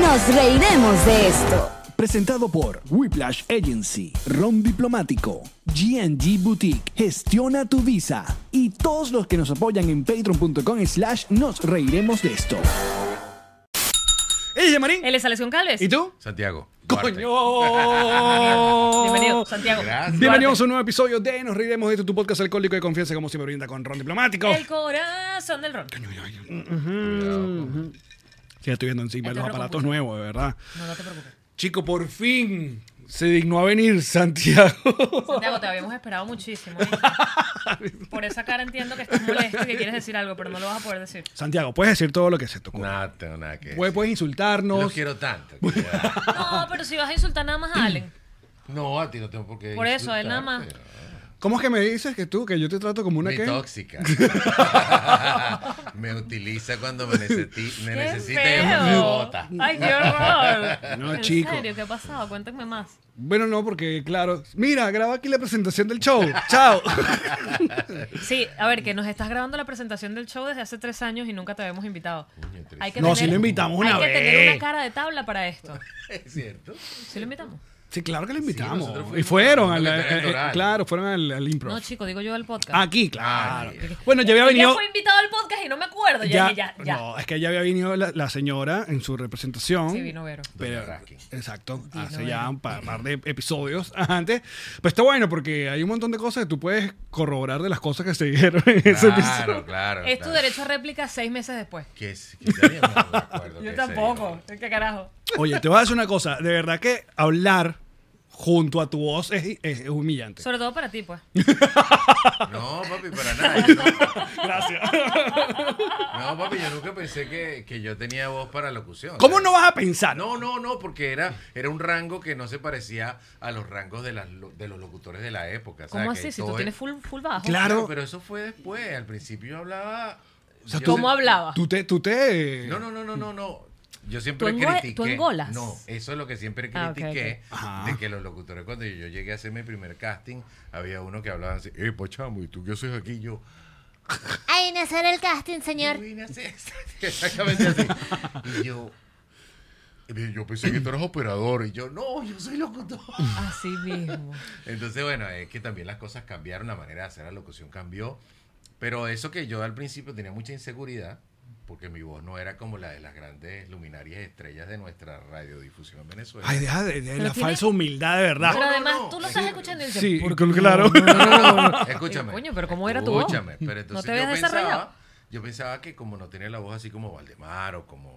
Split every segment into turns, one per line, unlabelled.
Nos reiremos de esto.
Presentado por Whiplash Agency, Ron Diplomático, GNG Boutique, Gestiona tu Visa y todos los que nos apoyan en patreon.com slash nos reiremos de esto.
¡Ey, Yamarín!
Él es Alexión Calves.
¿Y tú?
Santiago. Duarte.
¡Coño!
Bienvenido, Santiago.
Gracias.
Bienvenidos a un nuevo episodio de Nos Reiremos de Esto, tu podcast alcohólico de confianza, como siempre brinda con Ron Diplomático.
El corazón del ron.
Ya estoy viendo encima
Este
los
es Ron
aparatos
Confuso.
nuevos, de verdad.
No, no te preocupes.
Chico, por fin se dignó a venir Santiago.
Santiago, te habíamos esperado muchísimo. ¿eh? Por esa cara entiendo que estás molesto y que quieres decir algo, pero no lo vas a poder decir.
Santiago, puedes decir todo lo que se tocó.
Nada, tengo nada que
Puedes,
decir.
puedes
Los
insultarnos.
quiero tanto. que ya.
No, pero si vas a insultar nada más a Allen.
No, a ti no tengo por qué.
Por eso, él nada más.
insultarte.
¿Cómo es que me dices que tú, que yo te trato como una
Mi
que?
tóxica. me utiliza cuando me, necesite me
¡Qué
necesita y me
feo!
bota.
¡Ay, qué horror!
No,
¿En
chico.
serio? ¿Qué ha pasado? Cuéntame más.
Bueno, no, porque claro. Mira, graba aquí la presentación del show. Chao.
Sí, a ver, que nos estás grabando la presentación del show desde hace tres años y nunca te habíamos invitado. Hay que
no,
tener-
si lo invitamos una
Hay que
vez.
tener una cara de tabla para esto.
Es cierto.
¿Sí lo invitamos?
Sí, claro que lo invitamos.
nosotros
y
fuimos
fueron,
a
al,
la
eh,
electoral.
eh, claro, fueron al, al impro.
No, chico, digo yo al podcast.
Aquí, claro.
Ah,
Bueno, ya había
Yo
venido.
fui invitado al podcast y no me acuerdo. Ya, ya, ya.
No, es que ya había venido la, la señora en su representación.
Sí, vino Vero.
Pero,
Doña Raskin.
exacto, hace ya un par, par de episodios antes. Pues está bueno porque hay un montón de cosas que tú puedes corroborar de las cosas que se dijeron en ese episodio.
Claro, claro.
Es tu
claro.
derecho a réplica seis meses después.
Que es- que ya yo no me acuerdo qué
Yo
sé,
tampoco.
¿no?
¿Qué carajo?
Oye, te voy a decir una cosa. De verdad que hablar junto a tu voz es, es- es humillante.
Sobre todo para ti, pues.
No, papi, para nada. Yo no-
Gracias.
No, papi, yo nunca pensé que, que yo tenía voz para locución.
¿Cómo no vas a pensar?
Ah, No, no, no, porque era, era un rango que no se parecía a los rangos de, las, lo- de los locutores de la época. o sea,
¿Cómo
que
así? Si tú
todo
tienes
es-
full, full bajo.
Claro.
Pero eso fue después. Al principio yo hablaba.
sea,
yo
tú-
¿Cómo hablaba?
Tú te, tú te.
No, no, no, no, no, no. Yo siempre
¿Tú engo-
critiqué.
tú engolas?
No, eso es lo que siempre
Ah, ok,
critiqué.
ok. Ajá.
De que los locutores, cuando yo llegué a hacer mi primer casting, había uno que hablaba así: Eh, pues chamo, ¿y tú qué haces aquí? Y Yo.
Ay, no hacer el casting, señor.
Yo vine a hacer- Exactamente así. Y yo. y Yo pensé que tú eras operador. Y yo, no, yo soy locutor.
Así mismo.
Ah.
Entonces, bueno, es que también las cosas cambiaron, la manera de hacer la locución cambió. Pero eso que yo al principio tenía mucha inseguridad, porque mi voz no era como la de las grandes luminarias estrellas de nuestra radiodifusión en Venezuela.
Ay, deja de, de la
tiene-
falsa humildad, de verdad.
Pero
no,
además
no.
tú lo estás escuchando y dices.
sí,
¿por
cl-
qué?
claro.
Escúchame.
Coño, pero ¿cómo era tu voz?
Escúchame, pero
¿No
entonces
te habías
yo
desarrollado?
pensaba, yo pensaba que como no tenía la voz así como Valdemar o como,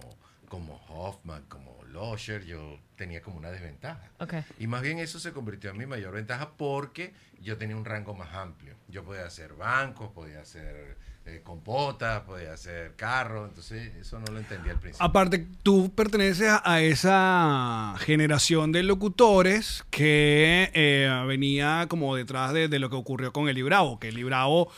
como Hoffman, como Losher, yo tenía como una desventaja.
Ok.
Y más bien eso se convirtió en mi mayor ventaja porque yo tenía un rango más amplio. Yo podía hacer bancos, podía hacer eh, compotas, podía hacer carros. Entonces, eso no lo entendí al principio.
Aparte, tú perteneces a esa generación de locutores que eh, venía como detrás de, de lo que ocurrió con Eli Bravo, que Eli Bravo,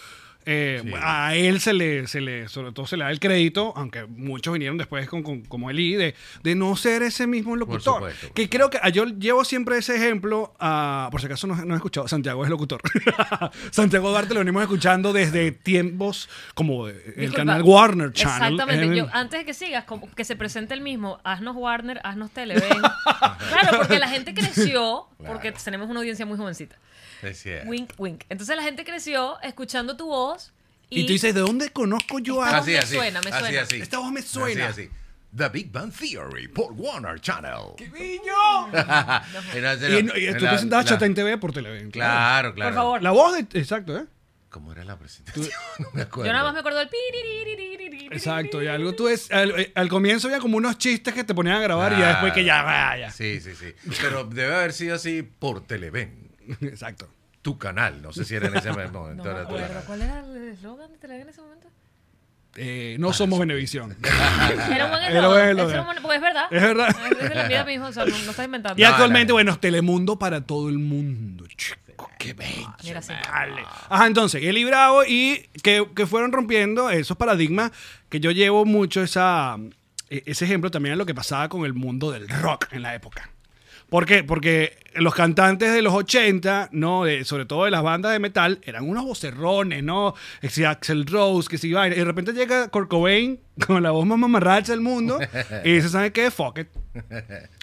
eh,
Sí.
a él se le, se le, sobre todo se le da el crédito, aunque muchos vinieron después con, con- como Eli, de, de no ser ese mismo locutor.
supuesto, por
que creo que ah, yo llevo siempre ese ejemplo, a, por si acaso no, no he escuchado, Santiago es locutor. Santiago Duarte lo venimos escuchando desde tiempos como de- el
Disculpa.
canal Warner Channel. eh,
Exactamente.
en-
Yo, antes de que sigas, como que se presente el mismo, haznos Warner, haznos Televen. claro, porque la gente creció, porque
Claro.
tenemos una audiencia muy jovencita.
Decía,
Wink, wink. Entonces la gente creció escuchando tu voz y,
Y tú dices, ¿de dónde conozco yo
Esta
a
voz me suena, me
así,
suena.
así.
Esta voz me suena.
Así, así. The Big Bang Theory por Warner Channel.
¡Niño!
Era de la-
Y, no- y
de
tú
la-
presentabas
la-
Chatén TV por Televen.
Claro, claro.
Por favor.
La voz de. Exacto, ¿eh?
¿Cómo era la presentación? No me acuerdo.
Yo nada más me acuerdo del piriririririririri.
Exacto, y algo tú es. Al, eh, al comienzo había como unos chistes que te ponían a grabar y ya después que ya. ah, ya.
Sí, sí, sí. Pero debe haber sido así por Televen.
Exacto.
Tu canal. No sé si era en ese
No
momento.
me
era tu
acuerdo.
canal.
¿Cuál era el eslogan de Televen en ese momento?
Eh, no somos Benevisión.
Era un buen
Ah, Era ¿eh?
eslogan.
buen eslogan.
Ese era un buen- Pues es verdad.
Es verdad.
Es de la vida mismo, o sea, no, no estás inventando.
Y actualmente,
no.
bueno, Telemundo para todo el mundo. Chico, qué bello.
Ah, Mira, sí.
Dale. Ajá, entonces, Eli Bravo y que, que fueron rompiendo esos paradigmas que yo llevo mucho esa, e- ese ejemplo también a lo que pasaba con el mundo del rock en la época. ¿Por qué? Porque los cantantes de los 80, ¿no? De- sobre todo de las bandas de metal, eran unos vocerrones, ¿no? Que si Axel Rose, que si vaina. Y de repente llega Kurt Cobain con la voz más mamarracha del mundo y dice, ¿saben qué? Fuck it.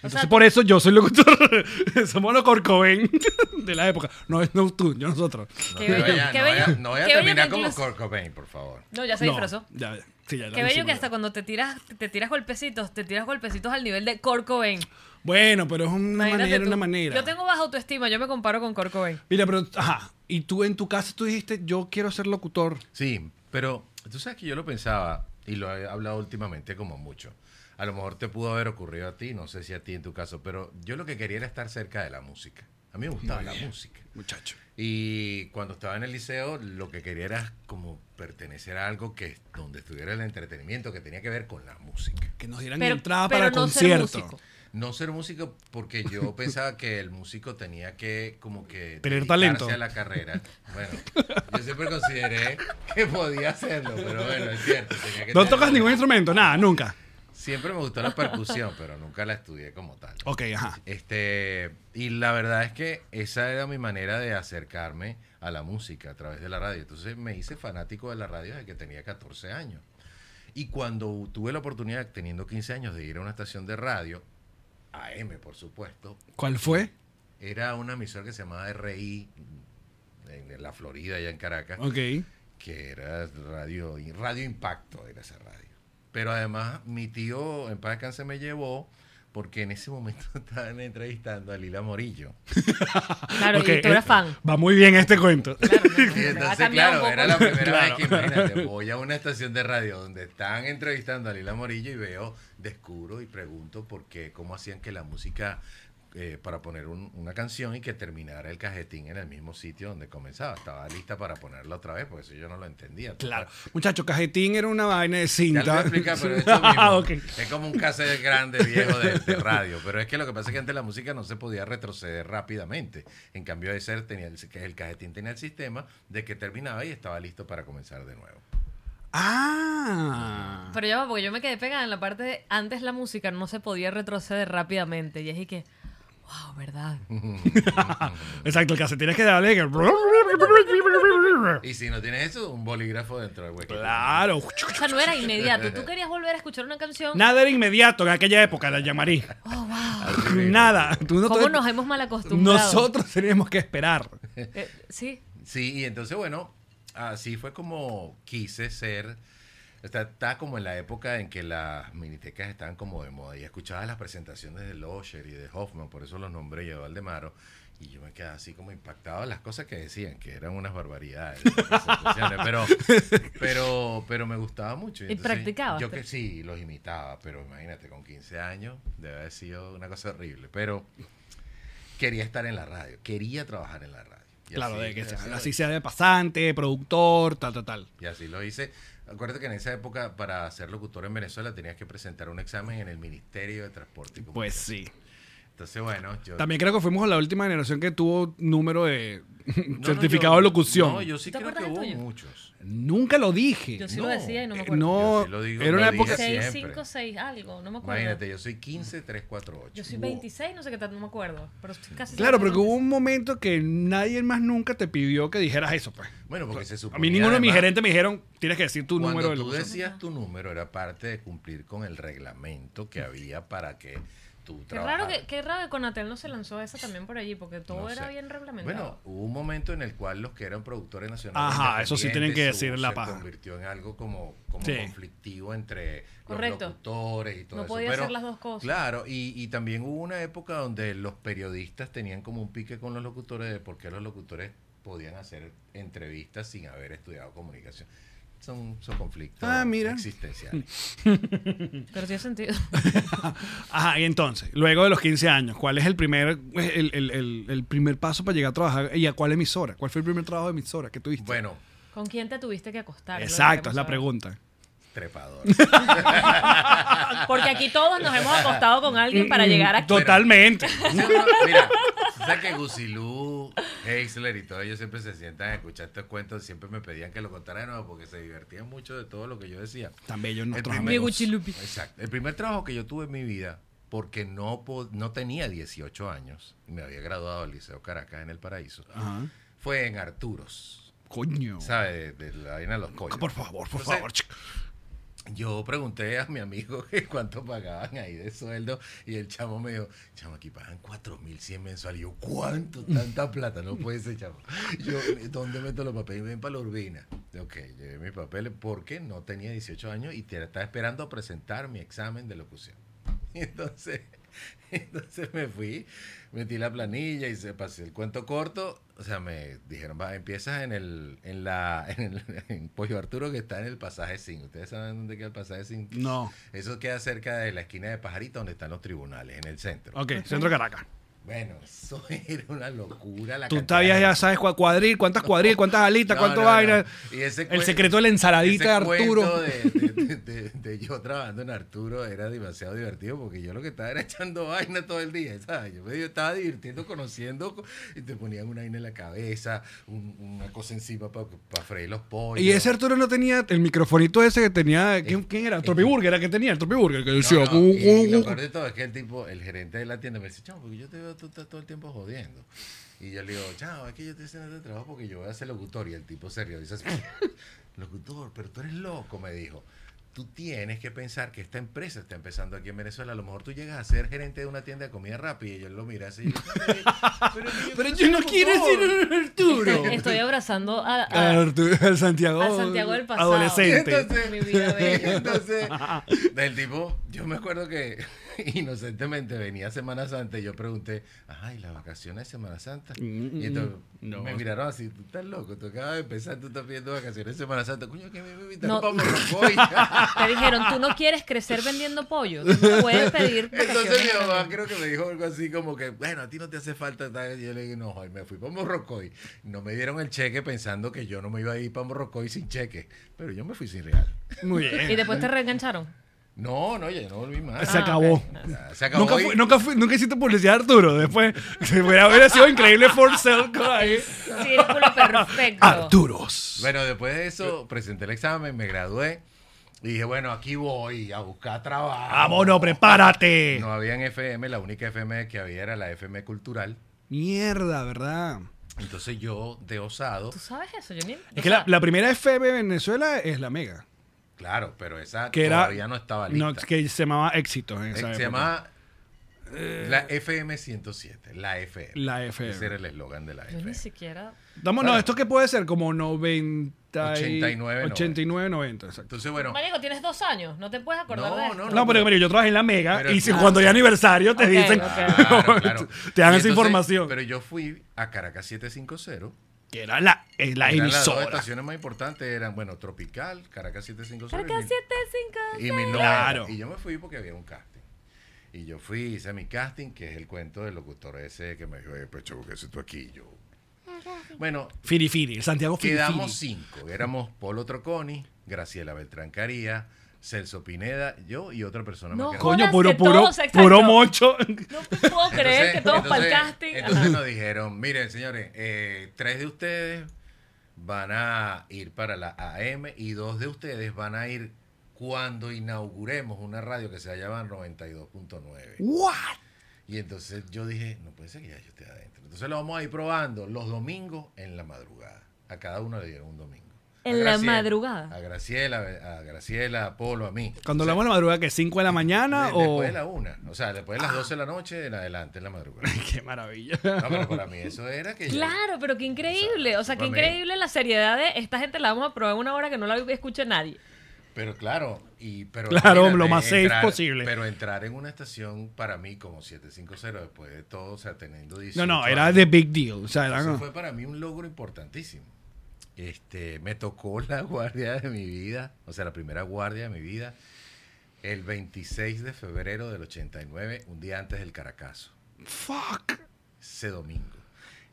Entonces, por eso yo soy locutor. Somos los Kurt Cobain de la época. No, es no tú, yo nosotros.
No,
Qué
te
bello,
vaya-
qué
no vaya-
bello,
no vaya a
qué bello
terminar
que
como
incluso-
Kurt Cobain, por favor.
No, ya se
No,
disfrazó.
ya, ya. Sí, ya la
Qué
hice,
bello que
pero-
hasta cuando te tiras, te tiras golpecitos, te tiras golpecitos al nivel de Kurt Cobain.
Bueno, pero es una
Imagínate
manera,
tú.
una manera.
Yo tengo baja autoestima, yo me comparo con Kurt Cobain.
Mira, pero, ajá. Y tú en tu casa tú dijiste, yo quiero ser locutor.
Sí, pero tú sabes que yo lo pensaba y lo he hablado últimamente como mucho. A lo mejor te pudo haber ocurrido a ti, no sé si a ti en tu caso, pero yo lo que quería era estar cerca de la música. A mí me gustaba la música.
Muchacho.
Y cuando estaba en el liceo, lo que quería era como pertenecer a algo que donde estuviera el entretenimiento que tenía que ver con la música.
Que nos dieran
Pero,
entrada
pero
para
no
conciertos.
ser músico.
No ser músico porque yo pensaba que el músico tenía que como que
Tener
dedicarse
talento.
a la carrera. Bueno, yo siempre consideré que podía hacerlo, pero bueno, es cierto. tenía que
No
tener-
tocas ningún instrumento, nada, nunca.
Siempre me gustó la percusión, pero nunca la estudié como tal.
Ok, ajá.
Este, y la verdad es que esa era mi manera de acercarme a la música a través de la radio. Entonces me hice fanático de la radio desde que tenía 14 años. Y cuando tuve la oportunidad, teniendo 15 años, de ir a una estación de radio, AM por supuesto,
¿Cuál fue?
era una emisora que se llamaba RI en la Florida, allá en Caracas
Ok.
que era radio, radio Impacto, era esa radio. Pero además, mi tío en paz descanse me llevó porque en ese momento estaban entrevistando a Lila Morillo.
Claro,
Ok,
y tú eras
eh,
fan.
Va muy bien este cuento.
Y entonces,
cambiado un
claro,
poco.
era la primera
Claro.
vez que imagínate, voy a una estación de radio donde están entrevistando a Lila Morillo y veo, descubro y pregunto por qué, cómo hacían que la música, eh, para poner un- una canción y que terminara el cajetín en el mismo sitio donde comenzaba. Estaba lista para ponerla otra vez, porque eso yo no lo entendía.
Claro. Muchacho, cajetín era una vaina de
Ya lo voy a
cinta.
explicar, pero es lo mismo.
Ah, ok.
Es como un cassette grande, viejo, de, de radio. Pero es que lo que pasa es que antes la música no se podía retroceder rápidamente. En cambio, de ser, tenía el, que el cajetín tenía el sistema de que terminaba y estaba listo para comenzar de nuevo.
Ah.
Pero ya va, porque yo me quedé pegada en la parte de antes la música no se podía retroceder rápidamente. Y así que, wow, ¿verdad?
Exacto, el casetín es que darle que-
Y si no tienes eso, un bolígrafo dentro del hueco.
Claro.
O sea, no era inmediato. Tú querías volver a escuchar una canción.
Nada era inmediato en aquella época, la llamarí.
Oh, wow.
Así mismo.
Nada. Tú no
¿Cómo
te-
nos hemos mal acostumbrado?
Nosotros teníamos que esperar.
Eh, sí.
Sí, y entonces, bueno, así fue como quise ser. Está, está como en la época en que las minitecas estaban como de moda y escuchaba las presentaciones de Losher y de Hoffman, por eso los nombré y de Valdemaro. Y yo me quedaba así como impactado de las cosas que decían, que eran unas barbaridades. las presentaciones, pero, pero, pero me gustaba mucho.
¿Y practicabas?
Yo que sí, los imitaba, pero imagínate, con 15 años debe haber sido una cosa horrible. Pero quería estar en la radio, quería trabajar en la radio. Y
Claro, de que
así
sea,
lo
así sea de pasante, productor, tal, tal, tal.
y así lo hice. Acuérdate que en esa época, para ser locutor en Venezuela, tenías que presentar un examen en el Ministerio de Transporte. y
Pues
Comunicación.
sí.
Entonces, bueno, yo.
También creo que fuimos la última generación que tuvo número de
No, no,
certificado
yo-
de locución.
No, yo sí
¿Te
creo que
acuerdas
hubo
del tuyo?
muchos.
Nunca lo dije.
Yo sí
No,
lo decía y no me
Eh,
acuerdo.
no,
Yo sí lo digo,
era
lo
una
dije
época.
siempre.
6, 5, 6, algo. No me acuerdo.
Imagínate, yo soy 15348.
Yo soy 26, no sé qué tal, no me acuerdo. Pero estoy casi
Claro,
segura
porque
que
hubo un momento que nadie más nunca te pidió que dijeras eso, pues.
Bueno, porque se
A
suponía.
mí ninguno de mis
además,
gerentes me dijeron, tienes que decir tu
Cuando
número de
tú
locución.
decías tu número, era parte de cumplir con el reglamento que había para que tú
Qué raro,
trabajar.
que, qué raro que Conatel no se lanzó esa también por allí, porque todo
No
era
sé.
bien reglamentado.
Bueno, hubo un momento en el cual los que eran productores nacionales.
Ajá, eso sí tienen que
independientes,
decir
su-
la
se
paja.
convirtió en algo como, como
Sí.
conflictivo entre
Correcto.
los locutores y todo
No
eso.
podía
Pero,
hacer las dos cosas.
Claro, y, y también hubo una época donde los periodistas tenían como un pique con los locutores de por qué los locutores podían hacer entrevistas sin haber estudiado comunicación. Son, son conflictos
Ah, mira.
existenciales.
Pero tiene sentido.
Ajá, y entonces, luego de los 15 años, ¿cuál es el primer, pues, el, el- el- el primer paso para llegar a trabajar? ¿Y a cuál emisora? ¿Cuál fue el primer trabajo de emisora que tuviste?
Bueno,
¿Con quién te tuviste que acostar? Es lo que queremos
Exacto, es la
saber.
pregunta.
trepador.
Porque aquí todos nos hemos acostado con alguien para llegar aquí.
Totalmente.
Seguro- Mira, sabes que Gusilú, Heisler y todos ellos siempre se sientan a escuchar estos cuentos. Siempre me pedían que lo contara de nuevo porque se divertían mucho de todo lo que yo decía.
Tan bello
El
nuestros
primer-
Mi
amigos.
Guchilupi.
Exacto. El primer trabajo que yo tuve en mi vida, porque no, po- no tenía 18 años, y me había graduado del Liceo Caracas en El Paraíso,
Ajá.
fue en Arturos.
Coño.
¿Sabes? De, de la vaina de los collos.
Ah, Por favor, por
Entonces,
favor, chico.
Yo pregunté a mi amigo que cuánto pagaban ahí de sueldo y el chamo me dijo, chamo, aquí pagan 4.100 mensual. Y yo, ¿cuánto? Tanta plata, no puede ser, chamo. Yo, ¿dónde meto los papeles? Ven para la urbina. Yo, Ok, llevé mis papeles porque no tenía 18 años y te- estaba esperando a presentar mi examen de locución. Y entonces, entonces me fui, metí la planilla y se pasé el cuento corto. O sea, me dijeron, va, empiezas en el, en la, en el- en Pollo Arturo que está en el pasaje 5. ¿Ustedes saben dónde queda el pasaje 5?
No.
Eso queda cerca de la esquina de Pajarito donde están los tribunales, en el centro.
Ok, Centro Caracas.
Bueno, eso era una locura. La
Tú
cantidad de
sabías, ya
gente.
sabes cua- cuadril, cuántas cuadril, cuántas alitas,
No,
cuántas
no, no.
vainas.
Y ese
El
cuen-
secreto de la
ese
ensaladita de Arturo.
cuento De, de- de- de- de yo trabajando en Arturo era demasiado divertido porque yo lo que estaba era echando vaina todo el día, ¿sabes? Yo me estaba divirtiendo, conociendo y te ponían una vaina en la cabeza, un- una cosa encima para freír los pollos.
Y ese Arturo no tenía el microfonito ese que tenía. ¿Quién, quién era? Tropiburger, era que tenía el Uh, Tropiburger. Que decía.
No, no,
"Gu,
y
gu,
lo
gu".
peor de todo es que el tipo, el gerente de la tienda me dice, chao, porque yo te veo tú estás todo el tiempo jodiendo. Y yo le digo, chao, es que yo estoy haciendo este trabajo porque yo voy a ser locutor. Y el tipo se rió y dice, locutor, pero tú eres loco, me dijo. Tú tienes que pensar que esta empresa está empezando aquí en Venezuela. A lo mejor tú llegas a ser gerente de una tienda de comida rápida. Y yo lo miré así. y yo, pero,
Pero yo no quiero ser un Arturo.
Estoy abrazando a, a-
Arturo, al Santiago.
Al Santiago del pasado.
Adolescente.
Entonces,
Mi vida bella.
entonces, del tipo, yo me acuerdo que inocentemente venía Semana Santa y yo pregunté, ay, las vacaciones de Semana Santa.
Mm,
y entonces
no.
me miraron así, tú estás loco, tú acabas de empezar, tú estás pidiendo vacaciones de Semana Santa. Coño, que me
No.
invitaron para Morrocoy.
Te dijeron, tú no quieres crecer vendiendo pollo. Tú no puedes pedir.
Entonces
vacaciones
mi mamá
también.
creo que me dijo algo así como que, bueno, a ti no te hace falta. tal. Y yo le dije, no, joder, me fui para Morrocoy. No me dieron el cheque pensando que yo no me iba a ir para Morrocoy sin cheque. Pero yo me fui sin real.
Muy
Y
bien.
después te reengancharon.
No, no, ya yo no volví más.
Se acabó.
Ya, Se acabó.
Nunca,
y-
fui- nunca, fui- nunca hiciste publicidad, Arturo. Después, se hubiera, hubiera sido increíble for sale con ahí.
Círculo perfecto.
Ah, Arturos.
Bueno, después de eso presenté el examen, me gradué y dije, bueno, aquí voy a buscar trabajo.
Vámonos, prepárate.
No había en FM, la única FM que había era la FM cultural.
Mierda, ¿verdad?
Entonces yo, de osado,
¿Tú sabes eso, Johnny?
Es que la, la primera FM de Venezuela es la Mega.
claro, pero esa
Que era,
todavía no estaba lista.
no, que se llamaba Éxito. En
Eh, Se
esa época. Eh.
llamaba la FM 107, la FM.
La FM.
Ese era el eslogan de la
Yo
FM.
ni siquiera.
Estamos- no,
Claro.
esto que puede ser como 90 y-
89,
89, 90, exacto.
Entonces, bueno,
Marico, tienes dos años. No te puedes acordar
No,
de esto.
no,
No, pero, pero yo trabajé en la Mega
Pero-
y si, cuando hay aniversario te
Ok,
dicen,
claro, claro.
te dan
Y
esa
entonces-
información.
Pero yo fui a Caracas 750
que era la, eh, la
Eran Las dos
emisora.
estaciones más importantes eran, bueno, Tropical, Caracas 750.
Caracas
y-
75.
Y, mi
Claro.
y yo me fui porque había un casting. Y yo fui, hice mi casting, que es el cuento del locutor ese que me dijo, eh, pecho, ¿qué haces tú aquí? Y Yo. Bueno,
Firifiri, el Santiago Firifiri.
quedamos cinco. Éramos Polo Troconi, Graciela Beltrán Caría, Celso Pineda, yo y otra persona
No
más. que-
Coño,
Jodas
puro,
que
puro,
este todos, exacto.
puro mocho.
No puedo creer que todos para el
entonces-
casting.
Entonces nos dijeron, miren, señores, eh, tres de ustedes van a ir para la AM y dos de ustedes van a ir cuando inauguremos una radio que se va a llamar 92.9.
What?
Y entonces yo dije, no puede ser que ya yo esté adentro. Entonces lo vamos a ir probando los domingos en la madrugada. A cada uno le dieron un domingo.
En la madrugada.
A Graciela, a Graciela, a Polo, a mí.
Cuando hablamos de la madrugada, que 5 de la mañana
De-
o.
Después de la una. O sea, después de
Ah.
las 12 de la noche en adelante en la madrugada.
Qué maravilla.
No, pero para mí eso era que. yo-
Claro, pero qué increíble. O sea, qué
Para mí.
increíble la seriedad de esta gente. La vamos a probar una hora que no la escuche nadie.
Pero claro, y pero
Claro, lo más safe
seis
posible.
Pero entrar en una estación para mí como 750 después de todo, o sea, teniendo 18
No, no, era
años,
the big deal. O sea, era-
eso fue para mí un logro importantísimo. Este, me tocó la guardia de mi vida, o sea, la primera guardia de mi vida el 26 de febrero del 89, un día antes del Caracazo
Fuck.
ese domingo.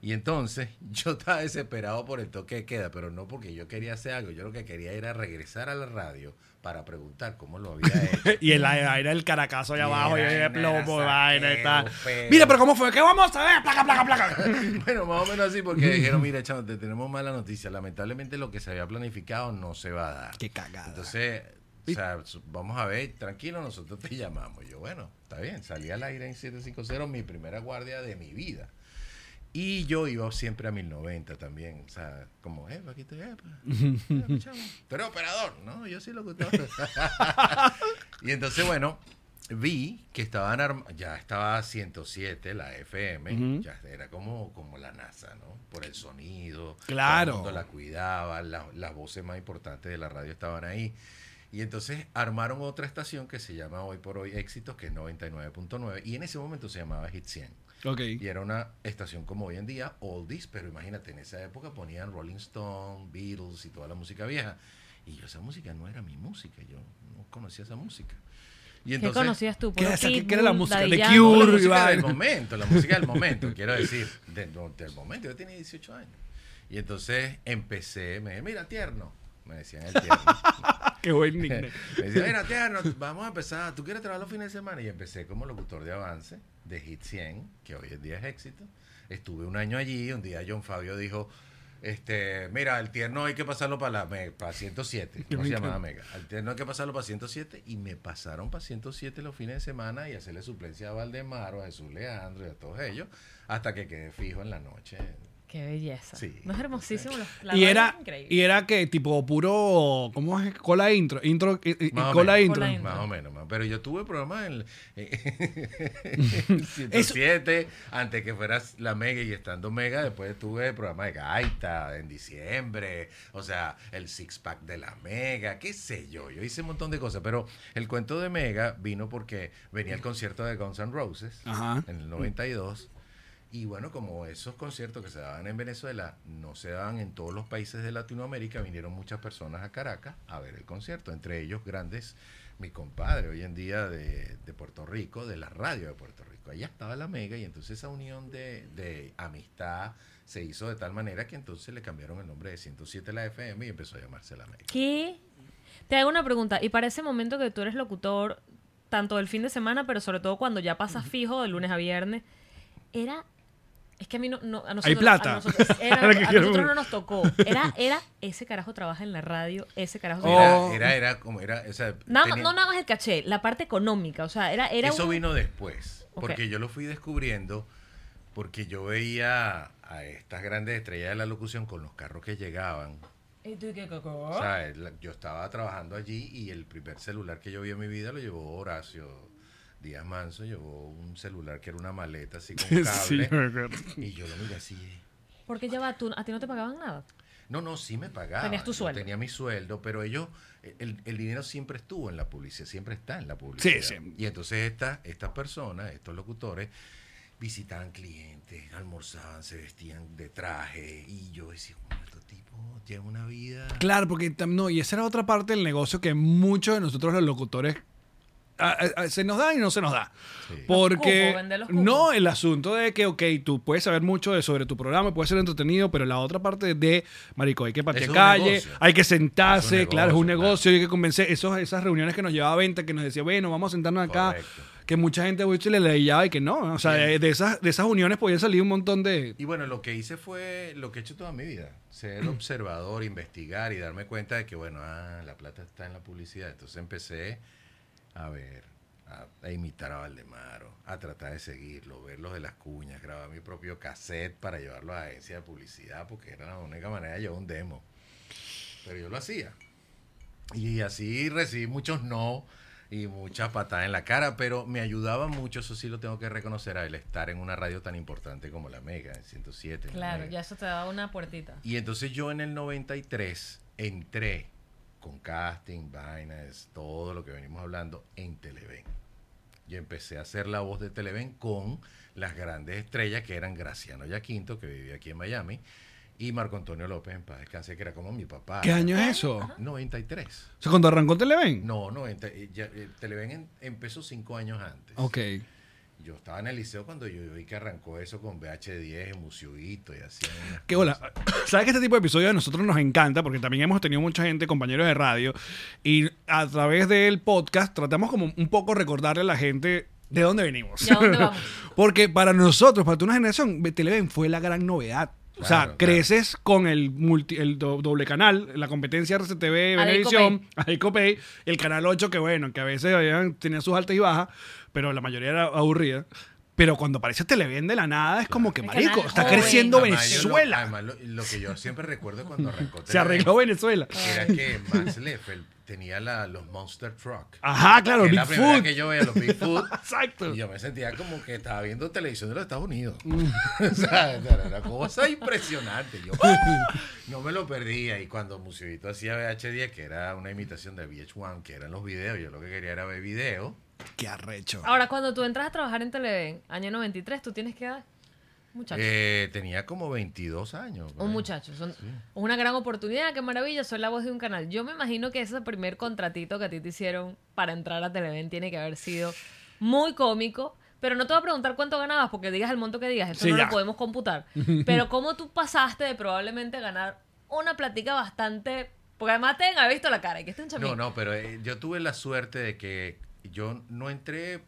Y entonces yo estaba desesperado por el toque de queda, pero no porque yo quería hacer algo, yo lo que quería era regresar a la radio para preguntar cómo lo había hecho.
Y el aire del caracazo allá
Y
abajo, y
era-
el
era
plomo,
saqueo,
vaina y tal.
pero-
Mira, pero ¿cómo fue? ¿Qué vamos a ver? Placa, placa, placa.
bueno, más o menos así, porque dijeron, mira, chamo, te tenemos mala noticia, lamentablemente lo que se había planificado no se va a dar.
Qué cagada.
Entonces, o sea, su- vamos a ver, tranquilo, nosotros te llamamos. Yo, bueno, está bien, salí al aire en 750, mi primera guardia de mi vida. Y yo iba siempre a 1090 también, o sea, como, eh, aquí te eh, pa, eh, chamo. Tú eres operador, ¿no? Yo sí lo que Y entonces, bueno, vi que estaban arm- ya estaba 107, la FM, ya era como, como la NASA, ¿no? Por el sonido.
Claro.
todo el mundo la cuidaba, la- las voces más importantes de la radio estaban ahí. Y entonces armaron otra estación que se llama hoy por hoy Éxitos, que es 99.9, y en ese momento se llamaba Hit 100.
Ok.
Y era una estación como hoy en día, oldies, pero imagínate, en esa época ponían Rolling Stone, Beatles y toda la música vieja. Y yo esa música no era mi música, yo no conocía esa música. Y
¿Qué conocías tú?
¿Qué
Puro
es aquí?
Pitbull,
¿Qué era la música?
Daddy
The
Yankee.
la
Cure. Urri,
música
vale.
del momento, la música del momento, quiero decir, de- no, del momento, yo tenía 18 años. Y entonces empecé, me mira, tierno, me decían el tierno.
Qué buen nickname.
Me decía, mira, tierno, vamos a empezar. ¿Tú quieres trabajar los fines de semana? Y empecé como locutor de avance de Hit 100, que hoy en día es éxito. Estuve un año allí. Un día John Fabio dijo, este, mira, al tierno hay que pasarlo para, la me- para 107.
Qué
No se
rico.
llamaba Mega. Al tierno hay que pasarlo para 107. Y me pasaron para 107 los fines de semana y hacerle suplencia a Valdemar, a Jesús Leandro y a todos ellos, hasta que quedé fijo en la noche.
Qué belleza.
Sí.
No es hermosísimo. Los- la
Y
radio
era,
es increíble.
y era que tipo puro, ¿cómo es? Cola intro, intro, y- y- y
Más o
cola
menos.
intro.
Cola intro.
Más o menos, más- pero yo tuve programas en el- en 107, antes que fueras la Mega y estando Mega, después tuve programas de Gaita en diciembre, o sea, el Six Pack de la Mega, qué sé yo, yo hice un montón de cosas, pero el cuento de Mega vino porque venía el concierto de Guns N' Roses
Ajá.
en el 92. Y bueno, como esos conciertos que se daban en Venezuela no se daban en todos los países de Latinoamérica, vinieron muchas personas a Caracas a ver el concierto, entre ellos grandes, mi compadre hoy en día de, de Puerto Rico, de la radio de Puerto Rico. Allá estaba la Mega y entonces esa unión de, de amistad se hizo de tal manera que entonces le cambiaron el nombre de 107 a la FM y empezó a llamarse la Mega.
¿Qué? Te hago una pregunta. Y para ese momento que tú eres locutor, tanto el fin de semana, pero sobre todo cuando ya pasas fijo de lunes a viernes, era... Es que a mí no... no- a nosotros,
Hay plata.
A nosotros, era-
Ahora que
a
quiero-
nosotros no nos tocó. Era, era, ese carajo trabaja en la radio, ese carajo... trabaja-
Oh.
Era, era, era como era... o sea,
Nada-
tenía-
no nada más el caché, la parte económica. O sea, era, era
Eso
un-
vino después,
Ok.
porque yo lo fui descubriendo, porque yo veía a estas grandes estrellas de la locución con los carros que llegaban.
¿Y tú qué, coco?
O sea, el- yo estaba trabajando allí y el primer celular que yo vi en mi vida lo llevó Horacio Díaz Manso, llevó un celular que era una maleta así con cable.
Sí, me acuerdo.
y yo lo miré así. eh.
Porque ya va, tú, a ti no te pagaban nada.
No, no, sí me pagaban.
Tenías tu
yo
sueldo.
Tenía mi sueldo, pero ellos, el, el dinero siempre estuvo en la publicidad, siempre está en la publicidad.
sí.
Y entonces esta- estas personas, estos locutores, visitaban clientes, almorzaban, se vestían de traje. Y yo decía, "Bueno, este tipo tiene una vida.
Claro, porque tam- no, y esa era otra parte del negocio que muchos de nosotros los locutores ah, ah, ah, se nos da y no se nos da.
Sí.
Porque
Los cupos, vender los cupos.
no el asunto de que, ok, tú puedes saber mucho de, sobre tu programa, puedes ser entretenido, pero la otra parte de, marico, hay que patear
Es un
calle,
negocio.
hay que sentarse,
Es un
claro, es un
negocio,
negocio, hay que convencer. Esos, esas reuniones que nos llevaba a venta, que nos decía, bueno, vamos a sentarnos acá,
Correcto.
que mucha gente güey, se le leía y que no. O sea,
Bien.
de, de esas, de esas uniones podían salir un montón de...
Y bueno, lo que hice fue lo que he hecho toda mi vida, ser observador, investigar y darme cuenta de que, bueno, ah, la plata está en la publicidad. Entonces empecé a ver, a, a imitar a Valdemaro, a tratar de seguirlo, ver los de las cuñas, grabar mi propio cassette para llevarlo a agencia de publicidad, porque era la única manera de llevar un demo. pero yo lo hacía. Y así recibí muchos no y muchas patadas en la cara, pero me ayudaba mucho, eso sí lo tengo que reconocer, a el estar en una radio tan importante como la Mega, en 107. la
Claro,
Mega.
ya eso te da una puertita.
Y entonces yo en el 93 entré con casting, vainas, todo lo que venimos hablando en Televen. Yo empecé a hacer la voz de Televen con las grandes estrellas que eran Graciano Yaquinto, que vivía aquí en Miami, y Marco Antonio López en paz descanse, que era como mi papá.
¿Qué año es eso? O
93.
sea, cuando arrancó Televen.
No, 90. eh, ya, eh, Televen en- empezó cinco años antes.
Ok.
Yo estaba en el liceo cuando yo vi que arrancó eso con VH10, Muciudito y así.
Qué hola. Sabes que este tipo de episodios a nosotros nos encanta porque también hemos tenido mucha gente, compañeros de radio, y a través del podcast tratamos como un poco recordarle a la gente de dónde venimos.
¿Y a dónde vamos?
porque para nosotros, para toda una generación, Televen fue la gran novedad. o sea,
Claro, claro.
creces con el, multi- el do- doble canal, la competencia RCTV, Venevisión, Adeco Pay, el canal 8, que bueno, que a veces habían- tenía sus altas y bajas, pero la mayoría era aburrida. Pero cuando aparece Televen de la nada, es como que,
El Este
marico,
canal
está
joven.
creciendo
Además, yo lo-
Venezuela.
además, lo, lo que yo siempre recuerdo cuando arrancó
Se arregló
Televen
Venezuela.
era que Max Leffel tenía la, los Monster Truck.
Ajá, claro,
que es la primera
Bigfoot.
que yo veía los Bigfoot.
Exacto. Mm.
Y yo me sentía como que estaba viendo televisión de los Estados Unidos. o sea, era una cosa impresionante. Yo ¡ah! no me lo perdía. Y cuando Museito hacía VH10, que era una imitación de VH1, que eran los videos, yo lo que quería era ver video.
Qué arrecho.
Ahora, cuando tú entras a trabajar en Televen, año 93, tú tienes que dar muchacho.
Eh, tenía como 22 años. ¿eh? por
Un
ahí.
muchacho, son una gran oportunidad, qué maravilla, soy la voz de un canal. Yo me imagino que ese primer contratito que a ti te hicieron para entrar a Televen tiene que haber sido muy cómico, pero no te voy a preguntar cuánto ganabas porque digas el monto que digas, eso
Sí,
no
ya.
lo podemos computar. Pero cómo tú pasaste de probablemente ganar una platica bastante, porque además te había visto la cara y que este es un chamín.
No, no, pero eh, yo tuve la suerte de que yo no entré.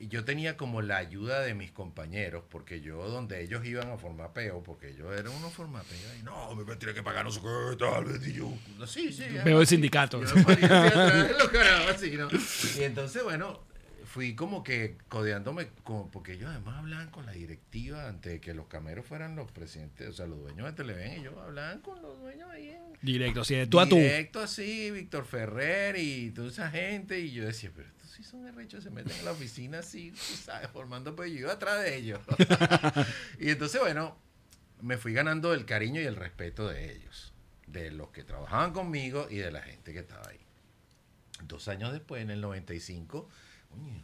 Yo tenía como la ayuda de mis compañeros, porque yo donde ellos iban a formar peo, porque yo era uno formar peo, y no, me tiene que pagar no sé qué, tal, y yo, sí, sí. algo
Veo el
así.
sindicato.
Yo me ponía así atrás, los carajos así, ¿no? Y entonces, bueno, fui como que codeándome, con, porque ellos además hablaban con la directiva antes de que los cameros fueran los presidentes, o sea, los dueños de Televen, ellos hablaban con los dueños ahí en
Directo, sí, de tú a tú.
Directo así, Víctor Ferrer y toda esa gente. Y yo decía, pero estos sí son arrechos, se meten en la oficina así, tú ¿sabes? Formando pues yo iba atrás de ellos. y entonces, bueno, me fui ganando el cariño y el respeto de ellos, de los que trabajaban conmigo y de la gente que estaba ahí. Dos años después, en el 95, coño,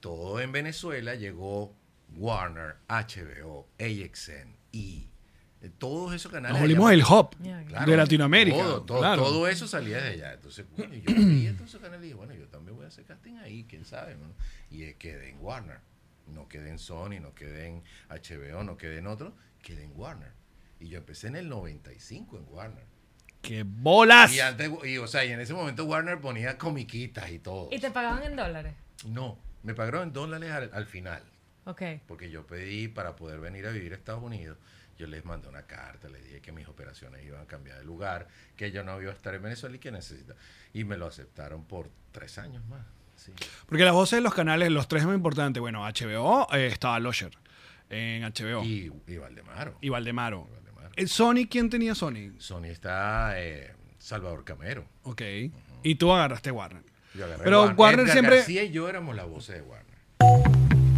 todo en Venezuela llegó Warner, HBO, AXN y todos esos canales.
Nos
allá
volvimos el hop
Mierda.
de Latinoamérica.
todo, todo,
claro.
todo eso salía de allá. Entonces, coño, yo vi entonces canal y dije, bueno, yo también voy a hacer casting ahí, quién sabe. ¿no? Y eh, quedé en Warner. No quedé en Sony, no quedé en HBO, no quedé en otro, quedé en Warner. Y yo empecé en el 95 en Warner.
¡Qué bolas!
Y antes, y, o sea, y en ese momento Warner ponía comiquitas y todo.
Y te pagaban en dólares.
No, me pagaron en dólares al- al final.
Ok.
Porque yo pedí para poder venir a vivir a Estados Unidos, yo les mandé una carta, les dije que mis operaciones iban a cambiar de lugar, que yo no iba a estar en Venezuela y que necesita. Y me lo aceptaron por tres años más. sí.
Porque las voces de los canales, los tres más importantes. Bueno, HBO eh, estaba Losher en HBO. Y,
Y, y Valdemaro.
Valdemaro.
Valdemaro.
Eh, Sony, ¿quién tenía Sony?
Sony está eh, Salvador Camero.
Ok. Y tú agarraste Warner.
Yo agarré
Pero Warner
Edgar
siempre-
García y yo éramos la voz de Warner.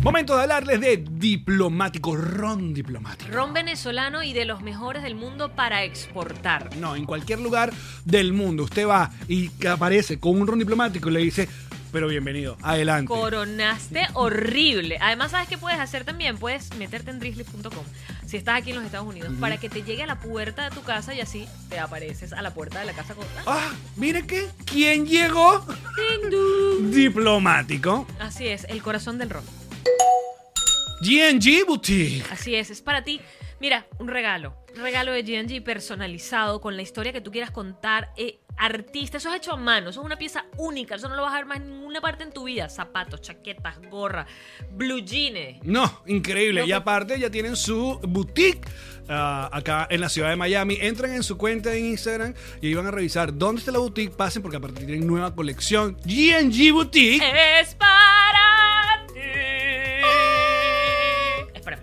Momento de hablarles de diplomático, ron diplomático.
Ron venezolano y de los mejores del mundo para exportar.
No, en cualquier lugar del mundo. Usted va y que aparece con un ron diplomático y le dice, pero bienvenido, adelante.
Coronaste horrible. Además, ¿sabes qué puedes hacer también? Puedes meterte en drizzly.com si estás aquí en los Estados Unidos para que te llegue a la puerta de tu casa y así te apareces a la puerta de la casa con. ¡Ah!
Ah, mire que, ¿quién llegó?
¡Ding, dong!
Diplomático.
Así es, el corazón del ron.
GNG Boutique.
Así es, es para ti. Mira, un regalo. Un Regalo de GNG personalizado con la historia que tú quieras contar. eh, artista, eso es hecho a mano, eso es una pieza única, eso no lo vas a ver más en ninguna parte en tu vida. Zapatos, chaquetas, gorra, blue jeans.
No, increíble.
No,
y
pues-
aparte ya tienen su boutique ah, acá en la ciudad de Miami. Entran en su cuenta en Instagram y ahí van a revisar dónde está la boutique. Pasen porque aparte tienen nueva colección. GNG
Eh.
Boutique.
Es para ti. Espérame.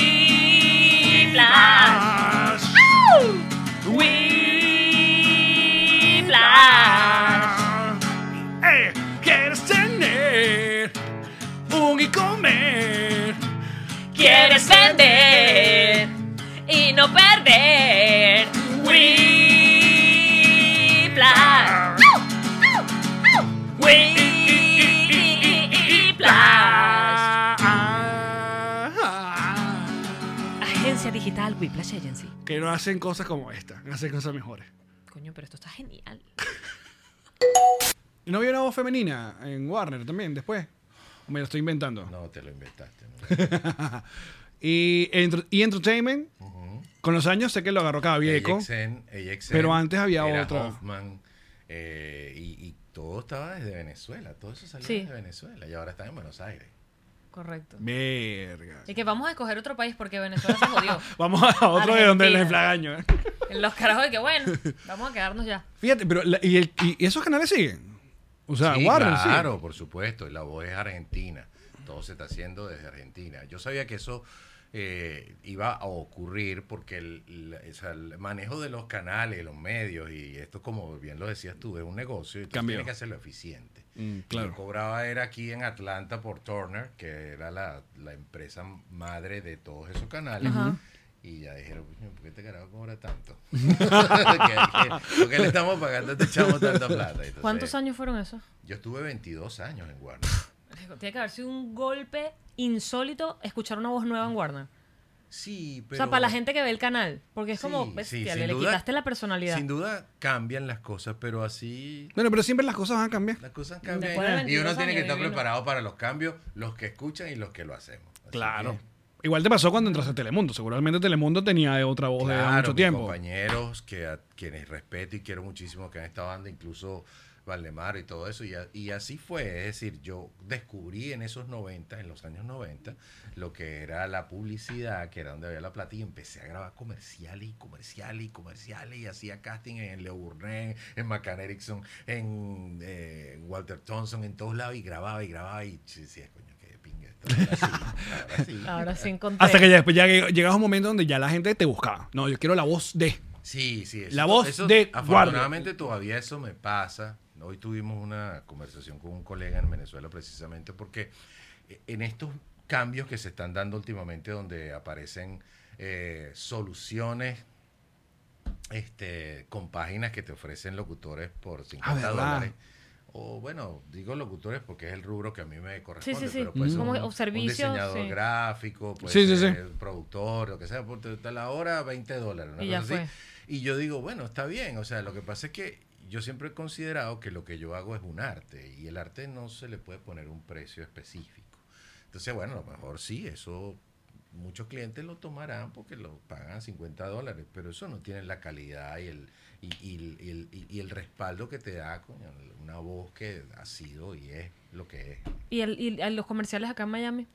Whiplash.
Eh, ¿Quieres tener? Un y comer.
Quieres vender y no perder. Whiplash. Whiplash. Agencia digital Whiplash Agency.
Que no hacen cosas como esta, hacen cosas mejores.
Coño, pero esto está genial.
¿No había una voz femenina en Warner también después? O me lo estoy inventando.
No, te lo inventaste. ¿no?
y, Ent- y Entertainment, con los años sé que lo agarró Cabieco.
AXN, AXN,
Pero antes había
era
otra.
Hoffman, eh, y, y todo estaba desde Venezuela. Todo eso salió
Sí.
desde Venezuela. Y ahora están en Buenos Aires.
Correcto.
Verga.
Y que vamos a escoger otro país porque Venezuela se jodió.
Vamos a otro de donde
Argentina.
les flagaño. ¿eh?
Los carajos de que bueno, vamos a quedarnos ya.
Fíjate, pero la- y, el- y- y esos canales siguen. O sea,
Sí,
Warner sigue.
claro, por supuesto. y La voz es argentina. Todo se está haciendo desde Argentina. Yo sabía que eso eh, iba a ocurrir porque el, la- o sea, el manejo de los canales, los medios y esto, como bien lo decías tú, es un negocio y tú
Cambió.
tienes que hacerlo eficiente.
Mm,
Yo
claro.
cobraba era aquí en Atlanta por Turner, que era la, la empresa madre de todos esos canales. Y ya dijeron, "Coño, ¿por qué te carajo cobra tanto? ¿Qué- qué- ¿Por qué le estamos pagando a este chamo tanta plata? Entonces,
¿Cuántos años fueron esos?
Yo estuve 22 años en Warner.
Tiene que haber sido un golpe insólito escuchar una voz nueva en Warner.
Sí,
O
pero...
sea, para la gente que ve el canal. Porque es
Sí,
como,
sí,
bestia,
sin
le, le
duda-
quitaste la personalidad.
Sin duda cambian las cosas, pero así
Bueno, pero siempre las cosas van a cambiar.
las cosas cambian.
Después de
Y
22
uno tiene que
años,
estar
divino.
preparado para los cambios, los que escuchan y los que lo hacemos. Así
Claro.
que-
Igual te pasó cuando entraste a Telemundo. Seguramente Telemundo tenía otra voz de hace
Claro,
mucho
mis
tiempo.
compañeros que a quienes respeto y quiero muchísimo que han estado dando, incluso Valdemar y todo eso. Y, a- y así fue, es decir, yo descubrí en esos 90, en los años 90, lo que era la publicidad, que era donde había la plata, y empecé a grabar comerciales y comerciales y comerciales, y hacía casting en Leo Burnett, en McCann Erickson, en eh, Walter Thompson, en todos lados, y grababa y grababa, y yo decía, coño, qué pinga esto. Ahora sí, ahora sí.
Ahora sí encontré.
Hasta que ya, después ya llegaba un momento donde ya la gente te buscaba. No, yo quiero la voz de.
Sí, sí. eso-
La voz
eso-
de
Afortunadamente todavía eso me pasa. Hoy tuvimos una conversación con un colega en Venezuela precisamente porque eh, en estos cambios que se están dando últimamente donde aparecen eh, soluciones este, con páginas que te ofrecen locutores por 50
Ah, ¿verdad?
dólares. O bueno, digo locutores porque es el rubro que a mí me corresponde.
sí, sí.
Pero puede ser
Como
un,
o
un
servicios,
diseñador
sí.
gráfico, puede
Sí, sí,
ser
sí.
productor, lo que sea. Por a la hora, 20 dólares. una
Y ya
cosa así.
fue.
Y yo digo, bueno, está bien. O sea, lo que pasa es que yo siempre he considerado que lo que yo hago es un arte y el arte no se le puede poner un precio específico. Entonces, bueno, a lo mejor sí, eso muchos clientes lo tomarán porque lo pagan 50 dólares, pero eso no tiene la calidad y el, y, y- y el, y- y el respaldo que te da coño, una voz que ha sido y es lo que es.
¿Y, el- y los comerciales acá en Miami.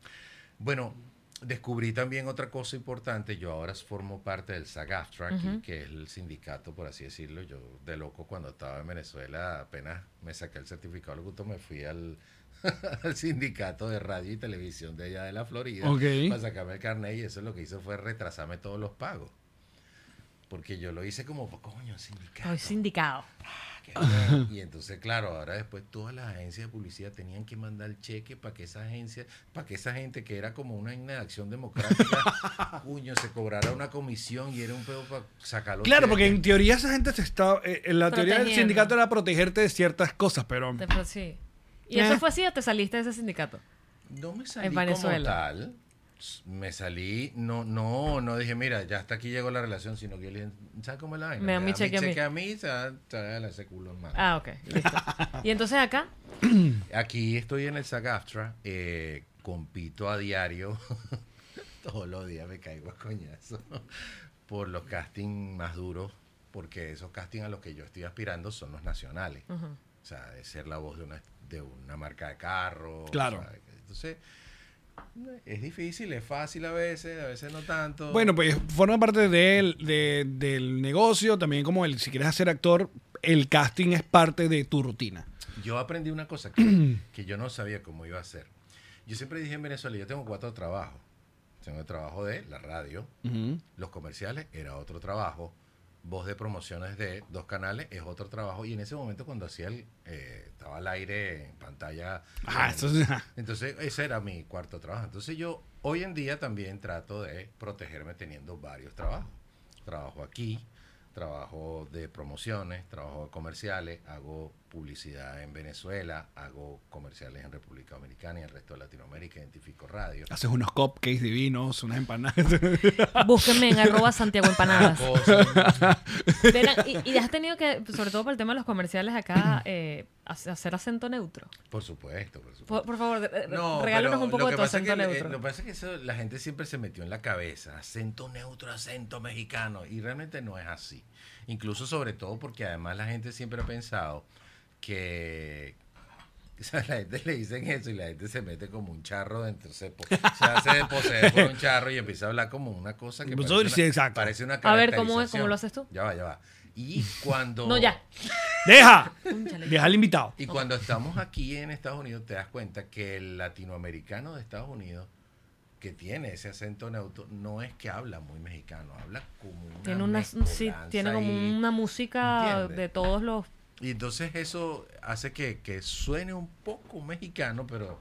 Bueno, descubrí también otra cosa importante. Yo ahora formo parte del SAG-AFTRA, aquí, que es el sindicato, por así decirlo. Yo, de loco, cuando estaba en Venezuela, apenas me saqué el certificado de locutor, me fui al, al sindicato de radio y televisión de allá de la Florida
Ok.
para sacarme el carnet y eso lo que hizo fue retrasarme todos los pagos. Porque yo lo hice como, coño, sindicato.
Estoy sindicado.
Qué bueno. Y entonces, claro, ahora después todas las agencias de publicidad tenían que mandar cheque para que esa agencia, para que esa gente que era como una inacción democrática, cuño, se cobrara una comisión y era un pedo para sacarlo.
Claro, porque en teoría esa gente se está. eh, en la teoría del
Protegiendo.
sindicato era protegerte de ciertas cosas, pero.
Te- pero sí. ¿Y eso
Eh.
fue así o te saliste de ese sindicato?
No me salí
En Venezuela.
como tal. S- Me salí, no, no, no dije, mira, ya hasta aquí llegó la relación, sino que yo le dije, ¿sabes cómo es la vaina?
Me da mi cheque a mí.
a mí, se va- se va a dar ese culo en mano.
Ah, ok. Listo. y entonces acá,
Aquí estoy en el SAG-AFTRA, eh, compito a diario. Todos los días me caigo a coñazo por los castings más duros, porque esos castings a los que yo estoy aspirando son los nacionales. O sea, de ser la voz de una, de una marca de carro. o
Claro.
sea, entonces, es difícil, es fácil a veces, a veces no tanto.
Bueno, pues forma parte del, de- del negocio, también como el, si quieres hacer actor, el casting es parte de tu rutina.
Yo aprendí una cosa que, que yo no sabía cómo iba a hacer. Yo siempre dije en Venezuela, yo tengo cuatro trabajos. Tengo el trabajo de la radio, los comerciales era otro trabajo, voz de promociones de dos canales es otro trabajo y en ese momento cuando hacía el, eh, estaba al aire en pantalla.
Ah,
en-
eso es- ajá.
entonces, ese era mi cuarto trabajo. Entonces, yo hoy en día también trato de protegerme teniendo varios trabajos. Trabajo aquí, trabajo de promociones, trabajo de comerciales, hago publicidad en Venezuela, hago comerciales en República Dominicana y en el resto de Latinoamérica, identifico radio.
Haces unos cupcakes divinos, unas empanadas.
búsquenme en arroba Santiago Empanadas.
Cosas.
Ven a- y, y has tenido que, sobre todo por el tema de los comerciales acá, eh, hace- hacer acento neutro.
Por supuesto, por supuesto.
Por, por favor, re-
No,
regálanos
pero
un poco
lo
de
que
tu
pasa es
acento
que, eh,
neutro.
Lo que pasa es que eso, la gente siempre se metió en la cabeza, acento neutro, acento mexicano, y realmente no es así. Incluso sobre todo porque además la gente siempre ha pensado que... o sea, la gente le dicen eso y la gente se mete como un charro dentro, se, po- se hace de poseer por un charro y empieza a hablar como una cosa que
Pues,
parece una,
sí, exacto.
parece una
A ver, ¿cómo es?
caracterización.
¿Cómo lo haces tú?
Ya va, ya va. Y cuando...
No, ya.
¡Deja!
Cónchale.
Deja al invitado.
Y cuando estamos aquí en Estados Unidos, te das cuenta que el latinoamericano de Estados Unidos, que tiene ese acento neutro, no es que habla muy mexicano, habla como una.
Tiene, una, sí,
mezcolanza
tiene como
ahí.
una música
¿Entiendes?
de todos los...
Y entonces eso hace que, que suene un poco mexicano, pero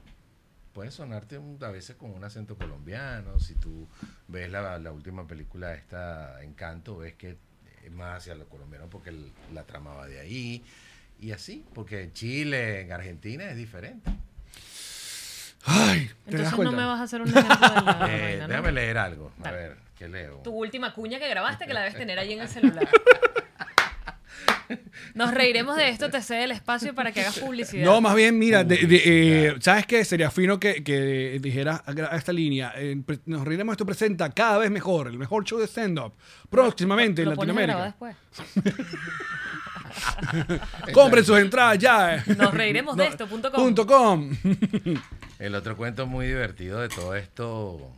puede sonarte un- a veces con un acento colombiano. Si tú ves la, la última película esta, Encanto, ves que es más hacia lo colombiano porque el- la trama va de ahí. Y así, porque en Chile, en Argentina es diferente.
Ay, ¿te das
Entonces no
cuenta?
me vas a hacer un ejemplo de la
Eh,
vaina, ¿no?
déjame leer algo. A
Dale.
ver, ¿qué leo?
Tu última cuña que grabaste que la debes tener ahí en el celular. Nos reiremos de esto, te cede el espacio para que hagas publicidad.
No, más bien, mira, de- de- eh,
Publicidad.
¿sabes qué? Sería fino que, que dijeras a esta línea. eh, pre- nos reiremos esto presenta cada vez mejor, el mejor show de stand-up. Próximamente en
Lo pones a grabar
Latinoamérica.
después.
Compren sus entradas ya. eh.
Nos reiremos de esto, punto com.
Punto com.
El otro cuento muy divertido de todo esto,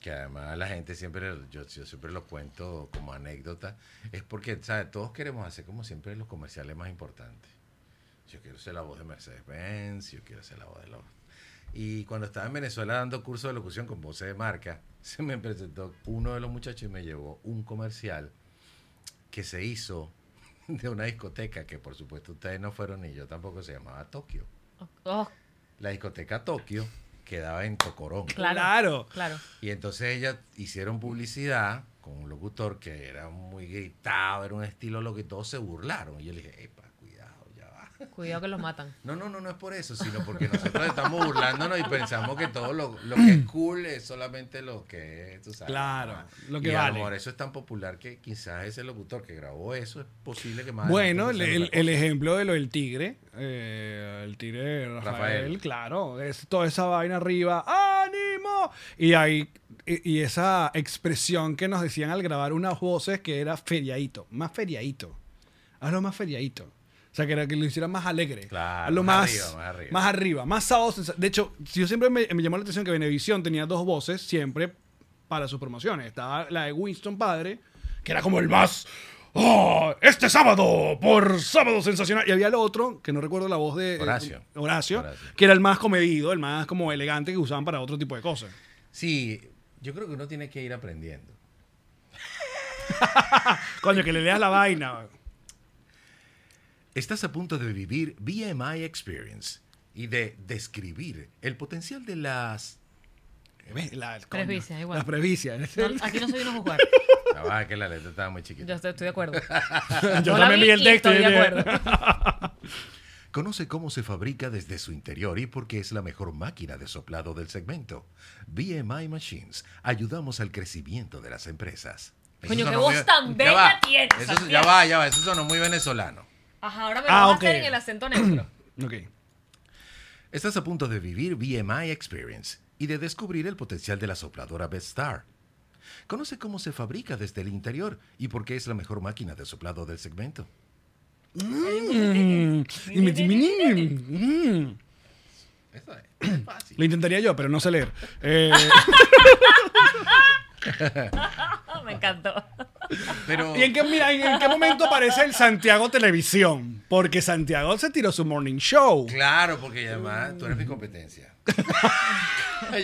que además la gente siempre, yo, yo siempre lo cuento como anécdota, es porque, ¿sabes? Todos queremos hacer como siempre los comerciales más importantes. Yo quiero ser la voz de Mercedes-Benz, yo quiero ser la voz de los... Y cuando estaba en Venezuela dando curso de locución con voces de marca, se me presentó uno de los muchachos y me llevó un comercial que se hizo de una discoteca que por supuesto ustedes no fueron ni yo tampoco, se llamaba Tokio.
Oh,
La discoteca Tokio quedaba en Tocorón.
claro.
Claro.
Claro.
Y entonces ellas hicieron publicidad con un locutor que era muy gritado, era un estilo lo que todos se burlaron. Y yo le dije, epa, cuidado, ya va.
Cuidado que los matan.
No, no, no, no es por eso, sino porque nosotros estamos burlándonos y pensamos que todo lo, lo que es cool es solamente lo que es, tú sabes. Ah,
Claro, lo que
y a
vale.
mejor eso es tan popular que quizás ese locutor que grabó eso es posible que más
Bueno, el,
adelante no
el-
sea
el
otra cosa.
ejemplo de lo del tigre, eh, el tigre Rafael,
Rafael.
claro, es toda esa vaina arriba, ánimo, y ahí y, y esa expresión que nos decían al grabar unas voces que era feriadito, más feriadito, hazlo más feriadito, o sea que era que lo hicieran más alegre,
Claro,
hazlo
más arriba, más
más,
arriba.
más arriba, más sábado, sensa- de hecho, yo siempre me, me llamó la atención que Benevisión tenía dos voces siempre para sus promociones, estaba la de Winston padre, que era como el más ¡Oh! Este sábado, por sábado sensacional. Y había el otro, que no recuerdo la voz de eh,
Horacio.
Horacio,
Horacio.
que era el más comedido, el más como elegante que usaban para otro tipo de cosas.
Sí, yo creo que uno tiene que ir aprendiendo.
Coño, que le leas la vaina.
Estás a punto de vivir BMI Experience y de describir el potencial de las...
Ves, Eh, la- coño,
Presbicia, igual.
La presbicia.
No, aquí no se vino a juzgar.
La verdad que la letra estaba muy
Yo
chiquita.
estoy, estoy de acuerdo.
Yo
No la
también
vi
vi el
y
texto y
Estoy de
yo-
acuerdo.
Conoce cómo se fabrica desde su interior y por qué es la mejor máquina de soplado del segmento. BMI Machines. Ayudamos al crecimiento de las empresas.
Coño,
Eso
qué
sonó
voz
muy-
tan
ya
bella
va.
tienes,
Eso- ya
Santiago.
va, ya va. Eso sonó muy venezolano.
Ajá, ahora me lo
Ah,
vas
ok.
a hacer en el acento neutro.
Ok.
Estás a punto de vivir BMI Experience y de descubrir el potencial de la sopladora Best-Star. Conoce cómo se fabrica desde el interior y por qué es la mejor máquina de soplado del segmento.
Mm, y me- mm, mm.
Eso es fácil.
Lo intentaría yo, pero no sé leer. Eh,
Ah, me encantó.
Pero,
¿Y en qué, mira, en, en qué momento aparece el Santiago Televisión? Porque Santiago se tiró su morning show.
claro, porque además tú eres mi competencia.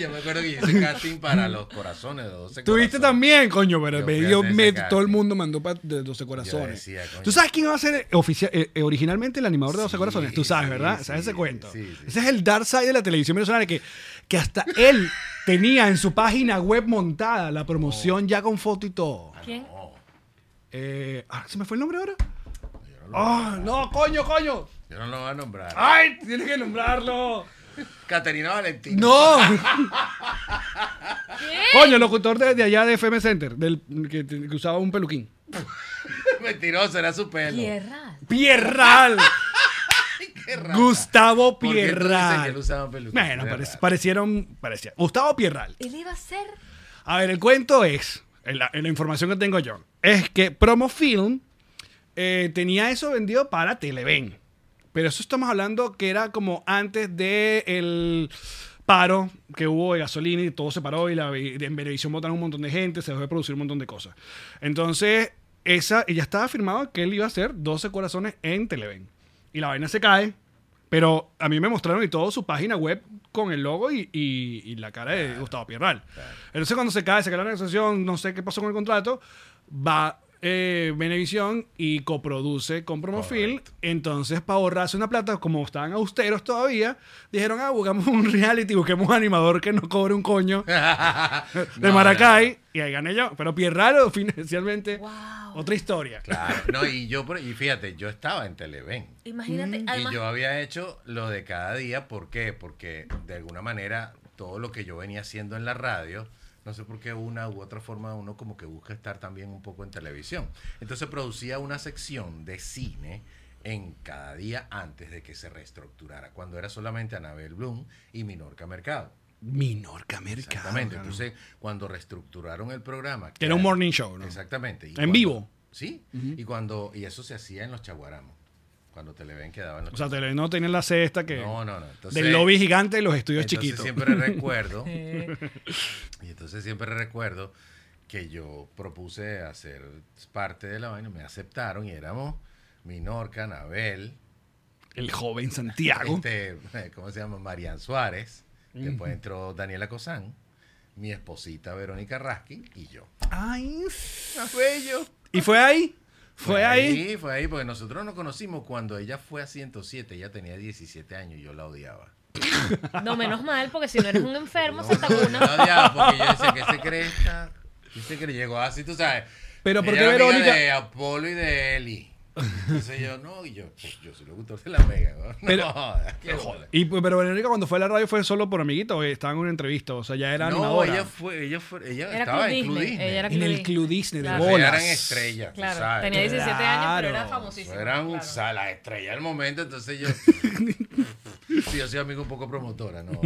yo me acuerdo que yo hice casting para los corazones de 12
Tuviste
corazones.
también, coño, pero
Yo
me
fui a
dio
hacer
me-
ese
todo el
casting.
mundo mandó para 12 corazones.
decía, coño.
¿Tú sabes quién va a ser oficia- eh, eh, originalmente el animador de 12
Sí,
corazones? Tú sabes,
sí,
¿verdad?
sí,
¿Sabes ese cuento?
sí, sí.
Ese es el dark side de la televisión venezolana que, que hasta él tenía en su página web montada la promoción ya con foto y todo.
Ah,
¿Quién?
Eh, ah, ¿Se me fue el nombre ahora? ¡Ah, no, coño, coño!
Yo no lo voy a nombrar.
¡Ay, tienes que nombrarlo!
Caterina Valentín.
¡No! Coño, el locutor de, de allá de FM Center, del, que, que usaba un peluquín.
Mentiroso, era su pelo.
Tierra.
Pierral.
Qué rata.
Gustavo
¿Por qué tú dices
Pierral.
que él usaba peluquín?
Bueno,
Qué
parec-
rata.
parecieron. Parecía. Gustavo Pierral.
Él iba a ser.
A ver, el cuento es. En la, en la información que tengo yo. Es que Promofilm eh, tenía eso vendido para Televen. Pero eso estamos hablando que era como antes de el paro que hubo de gasolina y todo se paró y, la, y en Venevisión votaron un montón de gente, se dejó de producir un montón de cosas. Entonces, esa, y ya estaba firmado que él iba a hacer 12 corazones en Televen. Y la vaina se cae, pero a mí me mostraron y todo su página web con el logo y, y- y la cara de Gustavo Pierral. Entonces, cuando se cae, se cae la negociación, no sé qué pasó con el contrato, va eh, Venevisión y coproduce con Promofilm. Entonces, para ahorrarse una plata, como estaban austeros todavía, dijeron, ah, buscamos un reality, busquemos un animador que no cobre un coño de
No,
Maracay. Y ahí gané yo. Pero Pierraro, financialmente, otra historia.
Claro, no, y yo, por- y fíjate, yo estaba en Televen.
Imagínate,
Y
además.
yo había hecho lo de cada día, ¿por qué? Porque de alguna manera todo lo que yo venía haciendo en la radio, no sé por qué una u otra forma uno como que busca estar también un poco en televisión. Entonces producía una sección de cine en cada día antes de que se reestructurara, cuando era solamente Anabel Bloom y Minorca Mercado.
Minorca Mercado.
Exactamente.
cabrón.
Entonces, cuando reestructuraron el programa.
Que era un morning show, ¿no?
Exactamente. Y
En
cuando-
vivo.
Sí. Y cuando, y eso se hacía en los chaguaramos. Cuando Televen quedaba en los
O sea, Televen no tenía la cesta que...
No, no, no. Entonces-
del lobby gigante y los estudios
entonces
chiquitos.
siempre recuerdo, y entonces siempre recuerdo que yo propuse hacer parte de la vaina, me aceptaron y éramos Minorca, Anabel,
El joven Santiago.
este, ¿cómo se llama? Marian Suárez, después entró Daniela Cosán, mi esposita Verónica Raskin y yo.
Ay,
Fue yo.
¿Y fue ahí? ¿Fue, ahí?
Fue ahí, porque nosotros nos conocimos cuando ella fue a 107, ella tenía 17 años y yo la odiaba.
No, menos mal, porque si no eres un enfermo,
No,
se está
yo
una.
la odiaba porque yo decía que se cree esta. Yo sé que le llegó así, tú sabes.
Pero, ¿por
Ella
qué
era amiga
Verónica-
De Apolo y de Eli. Entonces yo, no, y yo, pues, yo soy locutor de la mega, ¿no?
Pero-
no, joda, qué bola.
Y, pues, pero Verónica cuando fue a la radio fue solo por amiguito, o estaba en una entrevista, o sea, ya era
No,
animadora.
ella fue, ella fue, ella
Era
estaba
Club
en Club
Disney,
Disney.
ella era-
En el Club Disney de
Claro.
Ellas
bolas.
eran estrellas, tú
Claro,
sabes.
tenía 17 años, pero era
Claro.
famosísimo.
Eran
claro.
sa- la estrella del momento, entonces yo. sí, yo soy amigo un poco promotora, ¿no?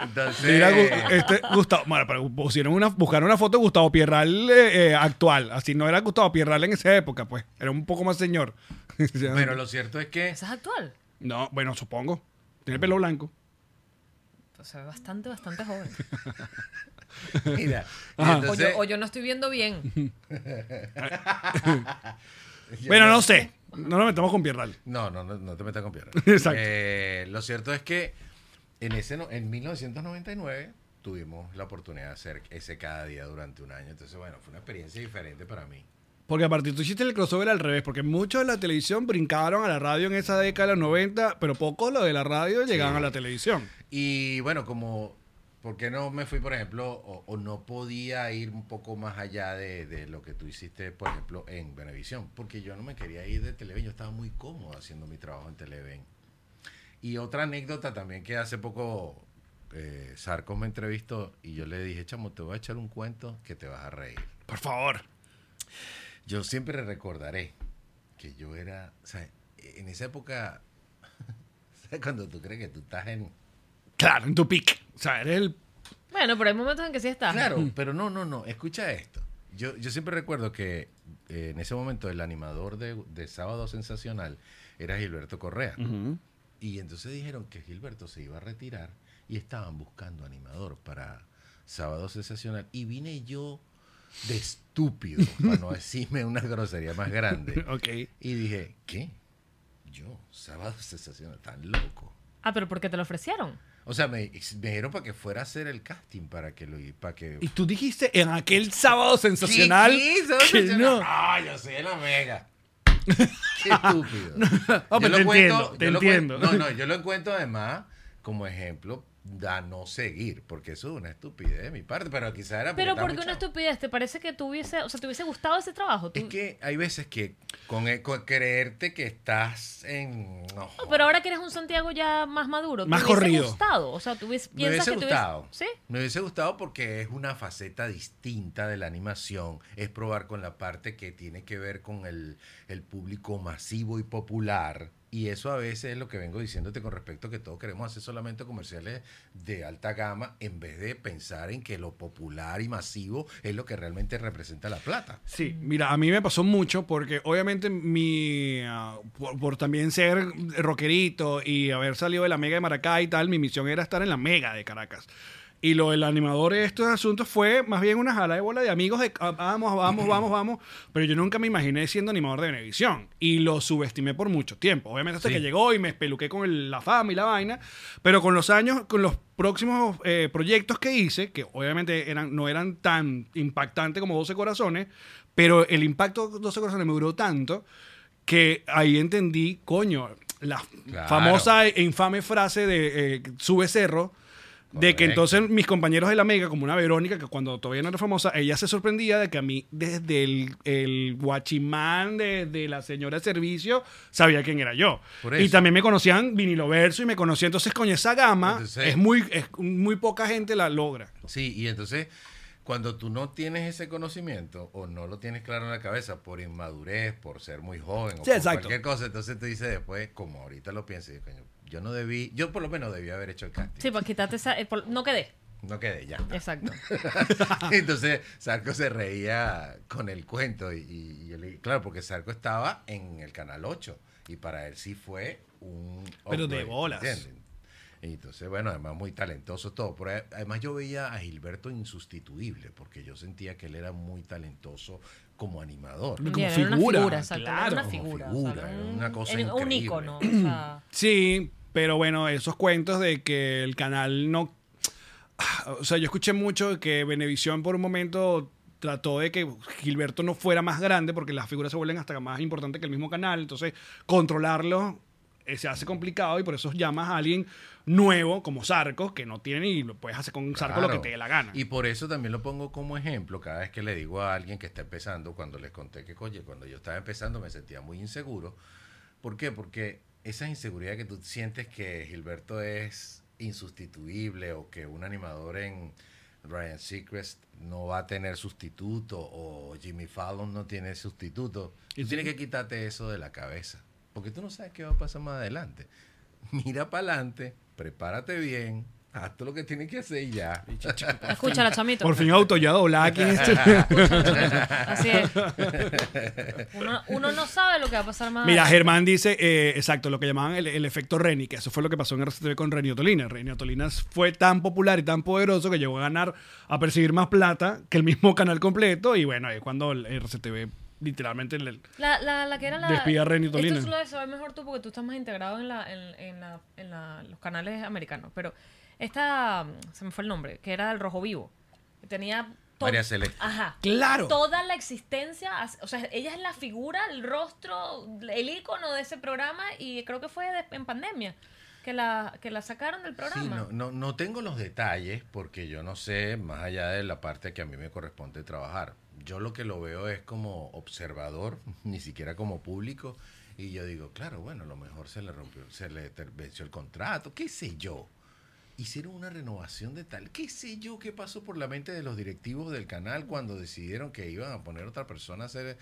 entonces.
Mira, Gu- este, Gustavo, bueno, pero pusieron una, buscaron una foto de Gustavo Pierral eh, eh, actual. Así no era Gustavo Pierral en esa época, pues. Era un poco más señor.
Pero lo cierto es que
Esa es actual.
No, bueno, supongo. Tiene pelo blanco.
O sea, Pues bastante, bastante joven.
Mira, y
O
Ajá.
yo,
entonces,
o yo no estoy viendo bien.
bueno, no sé. No nos metamos con Pierral.
no, no, no, no te metas con piedra.
Exacto.
Eh, lo cierto es que en ese no- en 1999 tuvimos la oportunidad de hacer ese cada día durante un año. Entonces, bueno, fue una experiencia diferente para mí.
Porque aparte tú hiciste el crossover al revés, porque muchos de la televisión brincaron a la radio en esa década de los 90, pero pocos los de la radio llegaban a la televisión.
Y bueno, como ¿Por qué no me fui, por ejemplo, o, o no podía ir un poco más allá de, de lo que tú hiciste, por ejemplo, en Venevisión? Porque yo no me quería ir de Televen, yo estaba muy cómodo haciendo mi trabajo en Televen. Y otra anécdota también que hace poco eh, Sarcos me entrevistó y yo le dije, chamo, te voy a echar un cuento que te vas a reír.
Por favor.
Yo siempre recordaré que yo era, o sea, en esa época, ¿sabes? cuando tú crees que tú estás en...
Claro, en tu pick. O sea, eres el.
Bueno, pero hay momentos en que sí está.
Claro, pero no, no, no, escucha esto. Yo, yo siempre recuerdo que eh, en ese momento el animador de, de Sábado Sensacional era Gilberto Correa. Y entonces dijeron que Gilberto se iba a retirar y estaban buscando animador para Sábado Sensacional. Y vine yo de estúpido, para no decirme una grosería más grande.
Ok.
Y dije, ¿qué? Yo, Sábado Sensacional, tan loco.
Ah, pero porque te lo ofrecieron.
O sea, me, me dijeron para que fuera a hacer el casting, para que lo... Para que
Y tú dijiste en aquel sábado sensacional.
Sí, sí,
que
sensacional.
no.
Ah, yo soy la mega. Qué estúpido.
pero
Yo lo
te
cuento-
entiendo, te
yo lo cuen-
entiendo.
No, no, yo lo encuentro además como ejemplo a no seguir, porque eso es una estupidez de mi parte, pero quizá era
Pero
estaba
porque
muy
una
chavo.
estupidez, ¿te parece que tú hubiese, o sea, te hubiese gustado ese trabajo? Tú-
Es que hay veces que con, e- con creerte que estás en... no,
No, pero ahora que eres un Santiago ya más maduro, ¿te
Más
hubiese
corrido.
gustado? O sea, tú hubies-
Me
piensas
hubiese
que te hubiese-
gustado.
¿Sí?
Me hubiese gustado porque es una faceta distinta de la animación. Es probar con la parte que tiene que ver con el, el público masivo y popular. Y eso a veces es lo que vengo diciéndote con respecto a que todos queremos hacer solamente comerciales de alta gama en vez de pensar en que lo popular y masivo es lo que realmente representa la plata.
Sí, mira, a mí me pasó mucho porque obviamente mi ah, por, por también ser rockerito y haber salido de la mega de Maracay y tal, mi misión era estar en la mega de Caracas. Y lo del animador de estos asuntos fue más bien una jala de bola de amigos de ah, vamos, vamos, vamos, vamos. Pero yo nunca me imaginé siendo animador de Venevisión. Y lo subestimé por mucho tiempo. Obviamente hasta
Sí.
que llegó y me espeluqué con el- la fama y la vaina. Pero con los años, con los próximos eh, proyectos que hice, que obviamente eran, no eran tan impactantes como 12 corazones, pero el impacto de 12 corazones me duró tanto que ahí entendí, coño, la
Claro.
famosa e infame frase de eh, sube cerro. De que
Correcto.
entonces mis compañeros de la Mega, como una Verónica, que cuando todavía no era famosa, ella se sorprendía de que a mí, desde el, el guachimán, desde la señora de servicio, sabía quién era yo.
Por
Y
eso.
también me conocían vinilo verso y me conocía. Entonces, con esa gama,
Entonces-
es muy es muy poca gente la logra.
Sí, y entonces cuando tú no tienes ese conocimiento o no lo tienes claro en la cabeza por inmadurez, por ser muy joven o
Sí,
por
exacto.
cualquier cosa, entonces te dices después, como ahorita lo piensas, dices, coño, yo no debí, yo por lo menos debí haber hecho el casting.
Sí, para quitarte esa... eh, por- no quedé.
No quedé ya.
Exacto.
entonces Sarco se reía con el cuento y, y yo le dije, claro, porque Sarco estaba en el canal 8 y para él sí fue un...
Pero de
upgrade,
bolas.
¿entiendes? Y entonces, bueno, además muy talentoso todo. Pero eh, además yo veía a Gilberto insustituible, porque yo sentía que él era muy talentoso como animador.
Como
Bien, era
figura,
una figura, exacto, era
claro,
una
como
figura.
figura,
o sea,
era
un-
una cosa
era Un
increíble.
ícono, o sea...
Sí, pero bueno, esos cuentos de que el canal no... O sea, yo escuché mucho que Venevisión por un momento trató de que Gilberto no fuera más grande porque las figuras se vuelven hasta más importantes que el mismo canal. Entonces, controlarlo eh, se hace complicado y por eso llamas a alguien nuevo como Sarcos que no tiene y lo puedes hacer con Sarcos lo
Claro.
que te dé la gana.
Y por eso también lo pongo como ejemplo cada vez que le digo a alguien que está empezando, cuando les conté que, oye, cuando yo estaba empezando me sentía muy inseguro. ¿Por qué? Porque esa inseguridad que tú sientes que Gilberto es insustituible o que un animador en Ryan Seacrest no va a tener sustituto o Jimmy Fallon no tiene sustituto,
Y
tú tienes
sí.
que quitarte eso de la cabeza. Porque tú no sabes qué va a pasar más adelante. Mira para adelante, prepárate bien, haz todo lo que tienes que hacer y ya.
Escúchala, chamito.
Por fin auto ya doblada aquí en este-
Así es. Uno, uno no sabe lo que va a pasar más
Mira,
adelante.
Germán dice, eh, exacto, lo que llamaban el, el efecto Reni, que eso fue lo que pasó en RCTV con Reni Otolina. Reni Otolina fue tan popular y tan poderoso que llegó a ganar, a percibir más plata que el mismo canal completo. Y bueno, ahí es cuando el RCTV literalmente... le-
La, la, la que era la.
Despida a Renny Tolina.
Esto tú lo sabes mejor tú porque tú estás más integrado en, la, en, en la- en la- los canales americanos. Pero esta. mm, Se me fue el nombre. Que era el Rojo Vivo. que Tenía. to-
María Celeste.
Ajá.
¡Claro!
Toda la existencia. as- O sea, ella es la figura, el rostro, el icono de ese programa. Y creo que fue de- en pandemia. que la, que la sacaron del programa.
Sí, no, no, no tengo los detalles porque yo no sé más allá de la parte que a mí me corresponde trabajar. Yo lo que lo veo es como observador, ni siquiera como público. Y yo digo, claro, bueno, a lo mejor se le rompió, se le ter- venció el contrato, qué sé yo. Hicieron una renovación de tal, qué sé yo, qué pasó por la mente de los directivos del canal cuando decidieron que iban a poner otra persona a hacer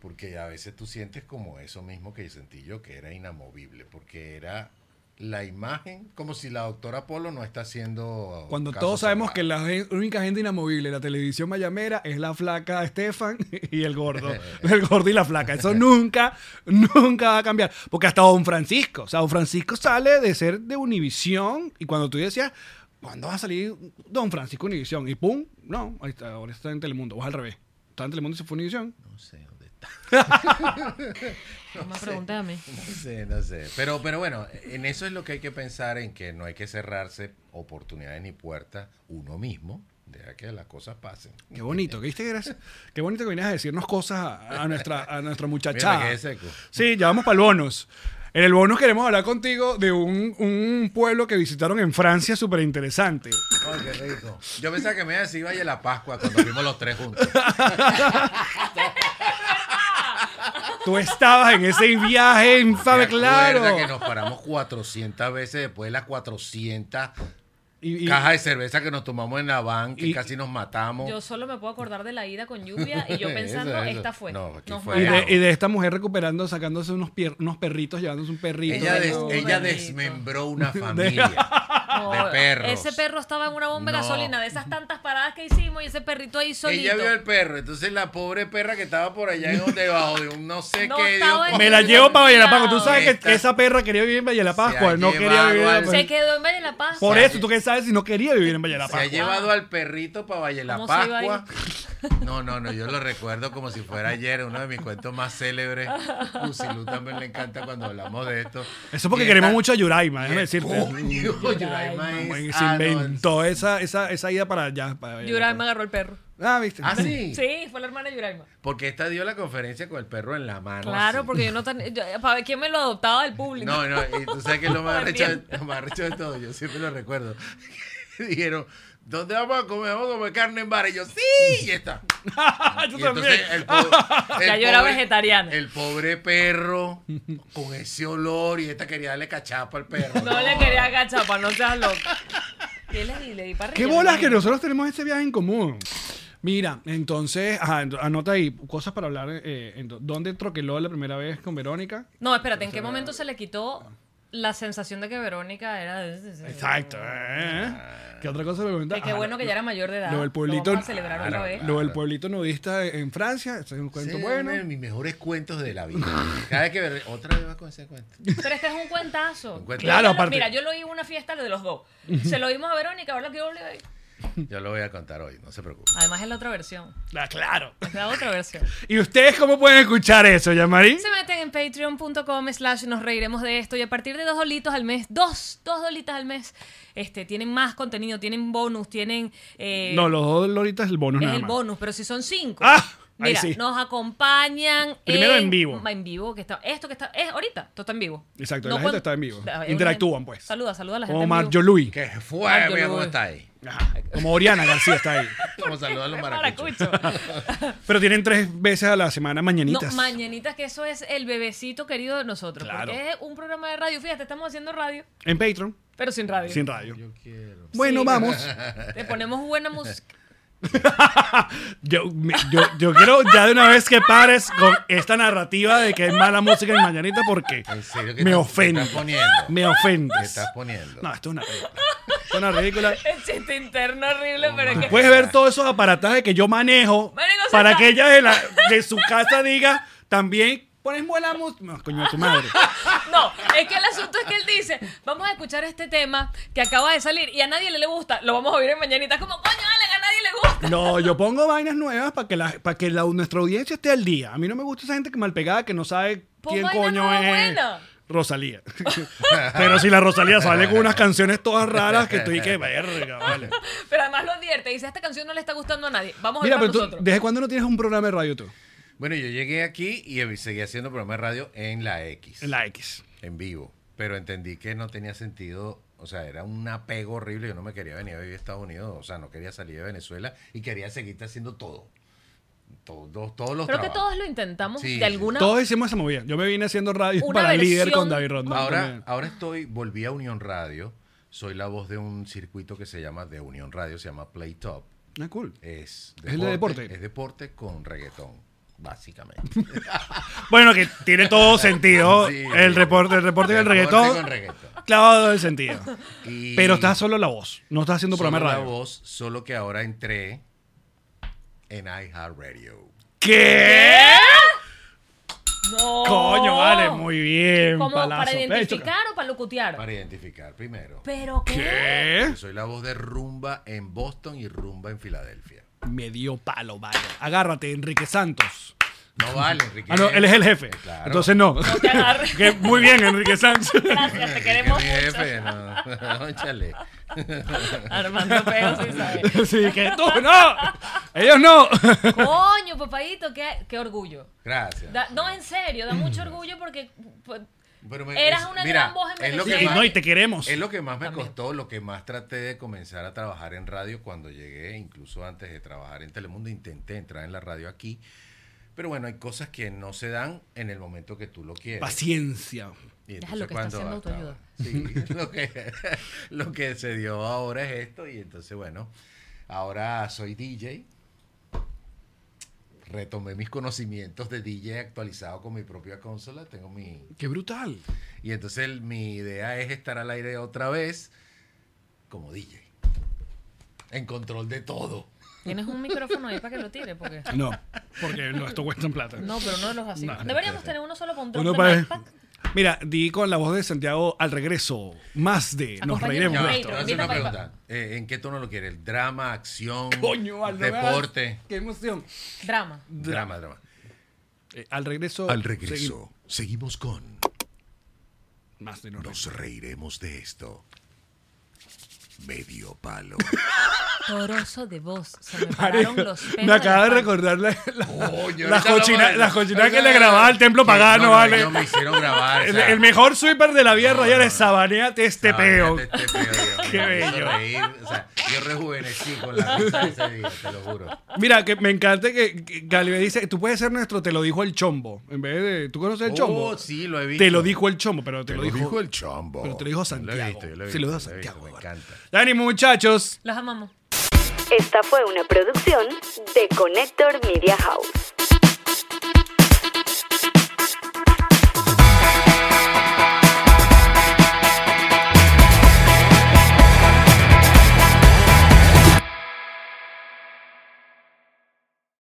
porque a veces tú sientes como eso mismo que sentí yo, que era inamovible, porque era la imagen, como si la doctora Polo no está haciendo...
Cuando
caso
todos sabemos
cerrado.
que la gen- única gente inamovible de la televisión mayamera es la flaca Estefan y el gordo. el gordo y la flaca. Eso nunca, nunca va a cambiar. Porque hasta Don Francisco. O sea, Don Francisco sale de ser de Univisión y cuando tú decías, ¿cuándo va a salir Don Francisco Univisión? Y pum, no, ahí está, ahora está en Telemundo. O es al revés. Está en Telemundo y se fue a Univisión.
No sé dónde está.
No me preguntes a mí.
No sé, no sé. Pero, pero bueno, en eso es lo que hay que pensar, en que no hay que cerrarse oportunidades ni puertas uno mismo, deja que las cosas pasen.
Qué bonito, ¿qué viste que eras? Qué bonito que vienes a decirnos cosas a, a nuestra, a nuestra
Mira,
muchachada.
me quedé seco.
Sí, ya vamos para el bonus. En el bonus queremos hablar contigo de un, un pueblo que visitaron en Francia súper interesante.
Ay, qué rico. Yo pensaba que me iba a decir Valle de la Pascua cuando fuimos los tres juntos.
Tú estabas en ese viaje infame,
Recuerda
claro.
que nos paramos 400 veces después de las 400
Y- y-
cajas de cerveza que nos tomamos en la van, que
y-
casi nos matamos.
Yo solo me puedo acordar de la ida con lluvia y yo pensando,
Eso, eso.
esta fue.
No, aquí
Nos
fue.
y de,
mataron.
y de esta mujer recuperando, sacándose unos, pier- unos perritos, llevándose un perrito.
ella, des-
no,
ella
Benito.
desmembró una familia
No,
de perros.
Ese perro estaba en una bomba de
No.
gasolina de esas tantas paradas que hicimos y ese perrito ahí solito.
Ella vio el perro, entonces la pobre perra que estaba por allá en- debajo de un no sé
No
qué.
estaba
dio
en-
con-
Me la llevo para Vallalapascua. Tú sabes que
Esta-
esa perra quería vivir en Vallalapascua.
ha
No quería
llevado
vivir en
al-
Vallalapascua.
Se quedó en Valle de la Paz.
Por
se ha-
eso, ¿tú qué sabes si no quería vivir en
se ha
Vallalapascua?
llevado al perrito para Valle la
¿Cómo se iba
Pascua. No, no, no, yo lo recuerdo como si fuera ayer, uno de mis cuentos más célebres. Lucilú también le encanta cuando hablamos de esto.
Eso porque
Y
queremos
esta-
mucho a Yuraima,
y-
déjame decirte.
Coño, Yuraima es-
Bueno, y se
ah, no,
inventó esa, esa, esa ida para allá. para allá.
Yuraima agarró el perro.
Ah, viste.
Ah, sí.
Sí, fue la hermana de Yuraima.
Porque esta dio la conferencia con el perro en la mano.
Claro,
así.
porque yo no tan, yo- para ver quién me lo adoptaba del público.
No, no, y tú sabes que es lo más
Ay,
arrecho de,
bien.
lo más arrecho de todo, yo siempre lo recuerdo. Dijeron, ¿dónde vamos a comer? Vamos a comer carne en bar. Y yo, ¡sí! Y está.
Yo
Y entonces el po- el
Ya yo era
pobre-
vegetariana.
El pobre perro con ese olor y esta quería darle cachapa al perro.
No le quería agachapar, no seas loco. ¿Qué le di? Le di para
Qué bolas que nosotros tenemos este viaje en común. Mira, entonces, ajá, ent- anota ahí cosas para hablar. eh, en do- ¿Dónde troqueló la primera vez con Verónica?
No, espérate, ¿en qué momento se le quitó la sensación de que Verónica era.
Exacto. ¿eh? ¿Qué otra cosa le
De
preguntaba?
qué bueno que ya era mayor de edad.
Lo del pueblito.
Lo vamos a celebrar otra
Claro.
vez.
Lo del pueblito nudista en Francia. Ese es un
Sí,
cuento
uno
bueno.
de mis mejores cuentos de la vida. Cada vez que ver, otra vez vas con ese cuento.
Pero este es un cuentazo.
Un cuento.
Claro,
Yo lo-
aparte.
Mira, yo lo oí en una fiesta de los dos. Se lo oímos a Verónica, ahora lo que yo le doy.
Yo lo voy a contar hoy, no se preocupe.
Además es la otra versión.
Ah, claro.
Es la otra versión.
¿Y ustedes cómo pueden escuchar eso, Yamari?
Se meten en patreon.com slash nos reiremos de esto y a partir de dos dolitos al mes, dos, dos dolitas al mes, este, tienen más contenido, tienen bonus, tienen... eh,
No, los dos loritas es el bonus
es
nada
el
más.
bonus, pero si son cinco.
Ah, ahí
Mira,
sí.
nos acompañan.
Primero en vivo.
En vivo, que está. Esto que está. Es ahorita, todo está en vivo.
Exacto, la gente
cuando-
está en vivo.
La-
Interactúan, pues.
Saluda, saluda a la gente.
Como
en
Mark
vivo.
Jolui.
¿Qué fue?
yo
Mira
lo
cómo
voy.
está ahí.
Ajá. Como Oriana García está ahí.
Vamos a saludar a los maracuchos.
Maracucho.
Pero tienen tres veces a la semana
No,
mañanitas.
mañanitas, que eso es el bebecito querido de nosotros.
Claro.
Porque es un programa de radio. Fíjate, estamos haciendo radio,
en Patreon,
pero sin radio.
sin radio. Bueno,
Sí.
vamos.
Te ponemos buena música.
Yo, me- yo, yo quiero ya de una vez que pares con esta narrativa de que es mala música en Mañanita porque
En serio, ¿qué
me
estás-
ofende.
qué estás poniendo?
Me
¿Qué
ofendes.
estás poniendo?
No, esto es una ridícula. Esto es una ridícula.
El chiste interno horrible, pero es que.
Puedes ver todos esos aparatajes que yo manejo
Marico, se
para
está-
que ella de, la- de su casa diga también pones buena música. No, coño, de tu madre.
No, es que el asunto es que él dice, vamos a escuchar este tema que acaba de salir y a nadie le gusta, lo vamos a oír en mañanitas como, coño, Alex, a nadie le gusta.
No, yo pongo vainas nuevas para que, la, para que la- nuestra audiencia esté al día. A mí no me gusta esa gente que malpegada que no sabe
Pon
quién
vaina
coño
nueva
es.
buena.
Rosalía. Pero si la Rosalía sale con unas canciones todas raras que estoy que verga, vale.
Pero además lo advierte, dice, esta canción no le está gustando a nadie, vamos a
Mira,
oírla
pero tú,
nosotros.
¿desde cuándo no tienes un programa de radio tú?
Bueno, yo llegué aquí y seguí haciendo programa de radio en la X.
En la X.
En vivo. pero entendí que no tenía sentido, o sea, era un apego horrible, yo no me quería venir a vivir a Estados Unidos, o sea, no quería salir de Venezuela y quería seguir haciendo todo. Todos, todos los
Creo que
trabajos.
todos lo intentamos
Sí, sí,
de alguna
Todos hicimos esa movida. Yo me vine haciendo radio
Una
para líder
versión-
con David Rondón.
Ahora, ah.
también.
ahora estoy, volví a Unión Radio, soy la voz de un circuito que se llama, de Unión Radio, se llama Play Top.
Ah, cool.
Es
¿Es el de deporte?
Es deporte con reggaetón, básicamente.
Bueno, que tiene todo sentido.
Sí,
el,
sí.
reporte, el reporte del
Deporte
reggaetón.
con reggaetón.
Claro, todo el sentido.
Y-
Pero estás solo la voz. No estás haciendo programa de
Solo la
radio.
voz, solo que ahora entré en iHeartRadio.
¿Qué?
No.
Coño, vale, muy bien.
¿Como para
palazo.
identificar o para locutear?
Para identificar primero.
¿Pero qué?
¿Qué?
Yo soy la voz de rumba en Boston y rumba en Filadelfia.
Me dio palo, vale. Agárrate, Enrique Santos.
No vale, Enrique.
Ah, no, él es el jefe.
Eh, claro.
Entonces no.
te agarres.
Que muy bien, Enrique Santos.
Gracias, te
Enrique es
queremos
mi
mucho.
jefe, no. Óchale.
Armando Peo, sí sabe.
sí, que tú no. Ellos no.
Coño, papadito, qué, qué orgullo.
Gracias.
Da- no, en serio, da mucho orgullo porque pues,
Pero
eras una gran voz en
es lo que
Venezuela.
Y
más-
no, y te queremos.
Es lo que más me costó, lo que más traté de comenzar a trabajar en radio cuando llegué, incluso antes de trabajar en Telemundo, intenté entrar en la radio aquí. Pero bueno, hay cosas que no se dan en el momento que tú lo quieres.
Paciencia.
Y
Es
entonces
lo que está
cuando
haciendo
acaba- Sí, lo que, lo que se dio ahora es esto y entonces bueno, ahora soy DJ. Retomé mis conocimientos de DJ actualizado con mi propia consola, tengo mi
Qué brutal.
y entonces el- mi idea es estar al aire otra vez como DJ. En control de todo.
tienes un micrófono ahí para que lo tire. Porque...
No, porque no, esto cuesta en plata.
No, pero no de los así. Deberíamos tener uno solo con drop
Uno
de
para-
Mac Pack.
Mira, di con la voz de Santiago al regreso. Más de Nos
Acompáñanos.
reiremos
Ya va,
de
Patreon,
te voy
esto.
a hacer
invita
una
para ahí,
pregunta. Eh, ¿En qué tono lo quieres? ¿Drama, acción,
Coño, al revés.
deporte?
Qué emoción.
Drama.
Drama, drama.
Eh, al regreso.
Al regreso, seguimos con
segui- Más de Nos Reiremos.
Nos reiremos de esto. Medio palo.
Toroso de voz. Se me
Marico,
pararon los pelos.
me acaba de
la espalda.
recordar la- la-
Coño, ahorita hablamos
las cochinas
de-
las cochinas que
ahorita
le
hablamos-
grababa al templo
Sí,
pagano,
no, no,
¿vale?
no me hicieron grabar, o
el,
sea.
el mejor sweeper de la vida
No,
radial
no,
es
no.
Sabaneate este peo.
Sabaneate este peo, Dios mío,
Qué
me hizo
bello.
reír, o sea, yo rejuvenecí con la risa de ese día, te lo juro.
Mira, que me encanta que que Galilea dice, tú puedes ser nuestro, te lo dijo el chombo. En vez de, ¿tú conoces el
Oh,
chombo?
sí, lo he visto.
Te lo dijo el chombo, pero te, lo, dijo,
el chombo.
pero te lo dijo
Yo lo he
Santiago.
visto, yo lo he
Se lo dijo
visto, lo he visto,
Santiago.
Me
¿verdad?
encanta.
Dani, muchachos,
Los amamos.
Esta fue una producción de Connector Media House.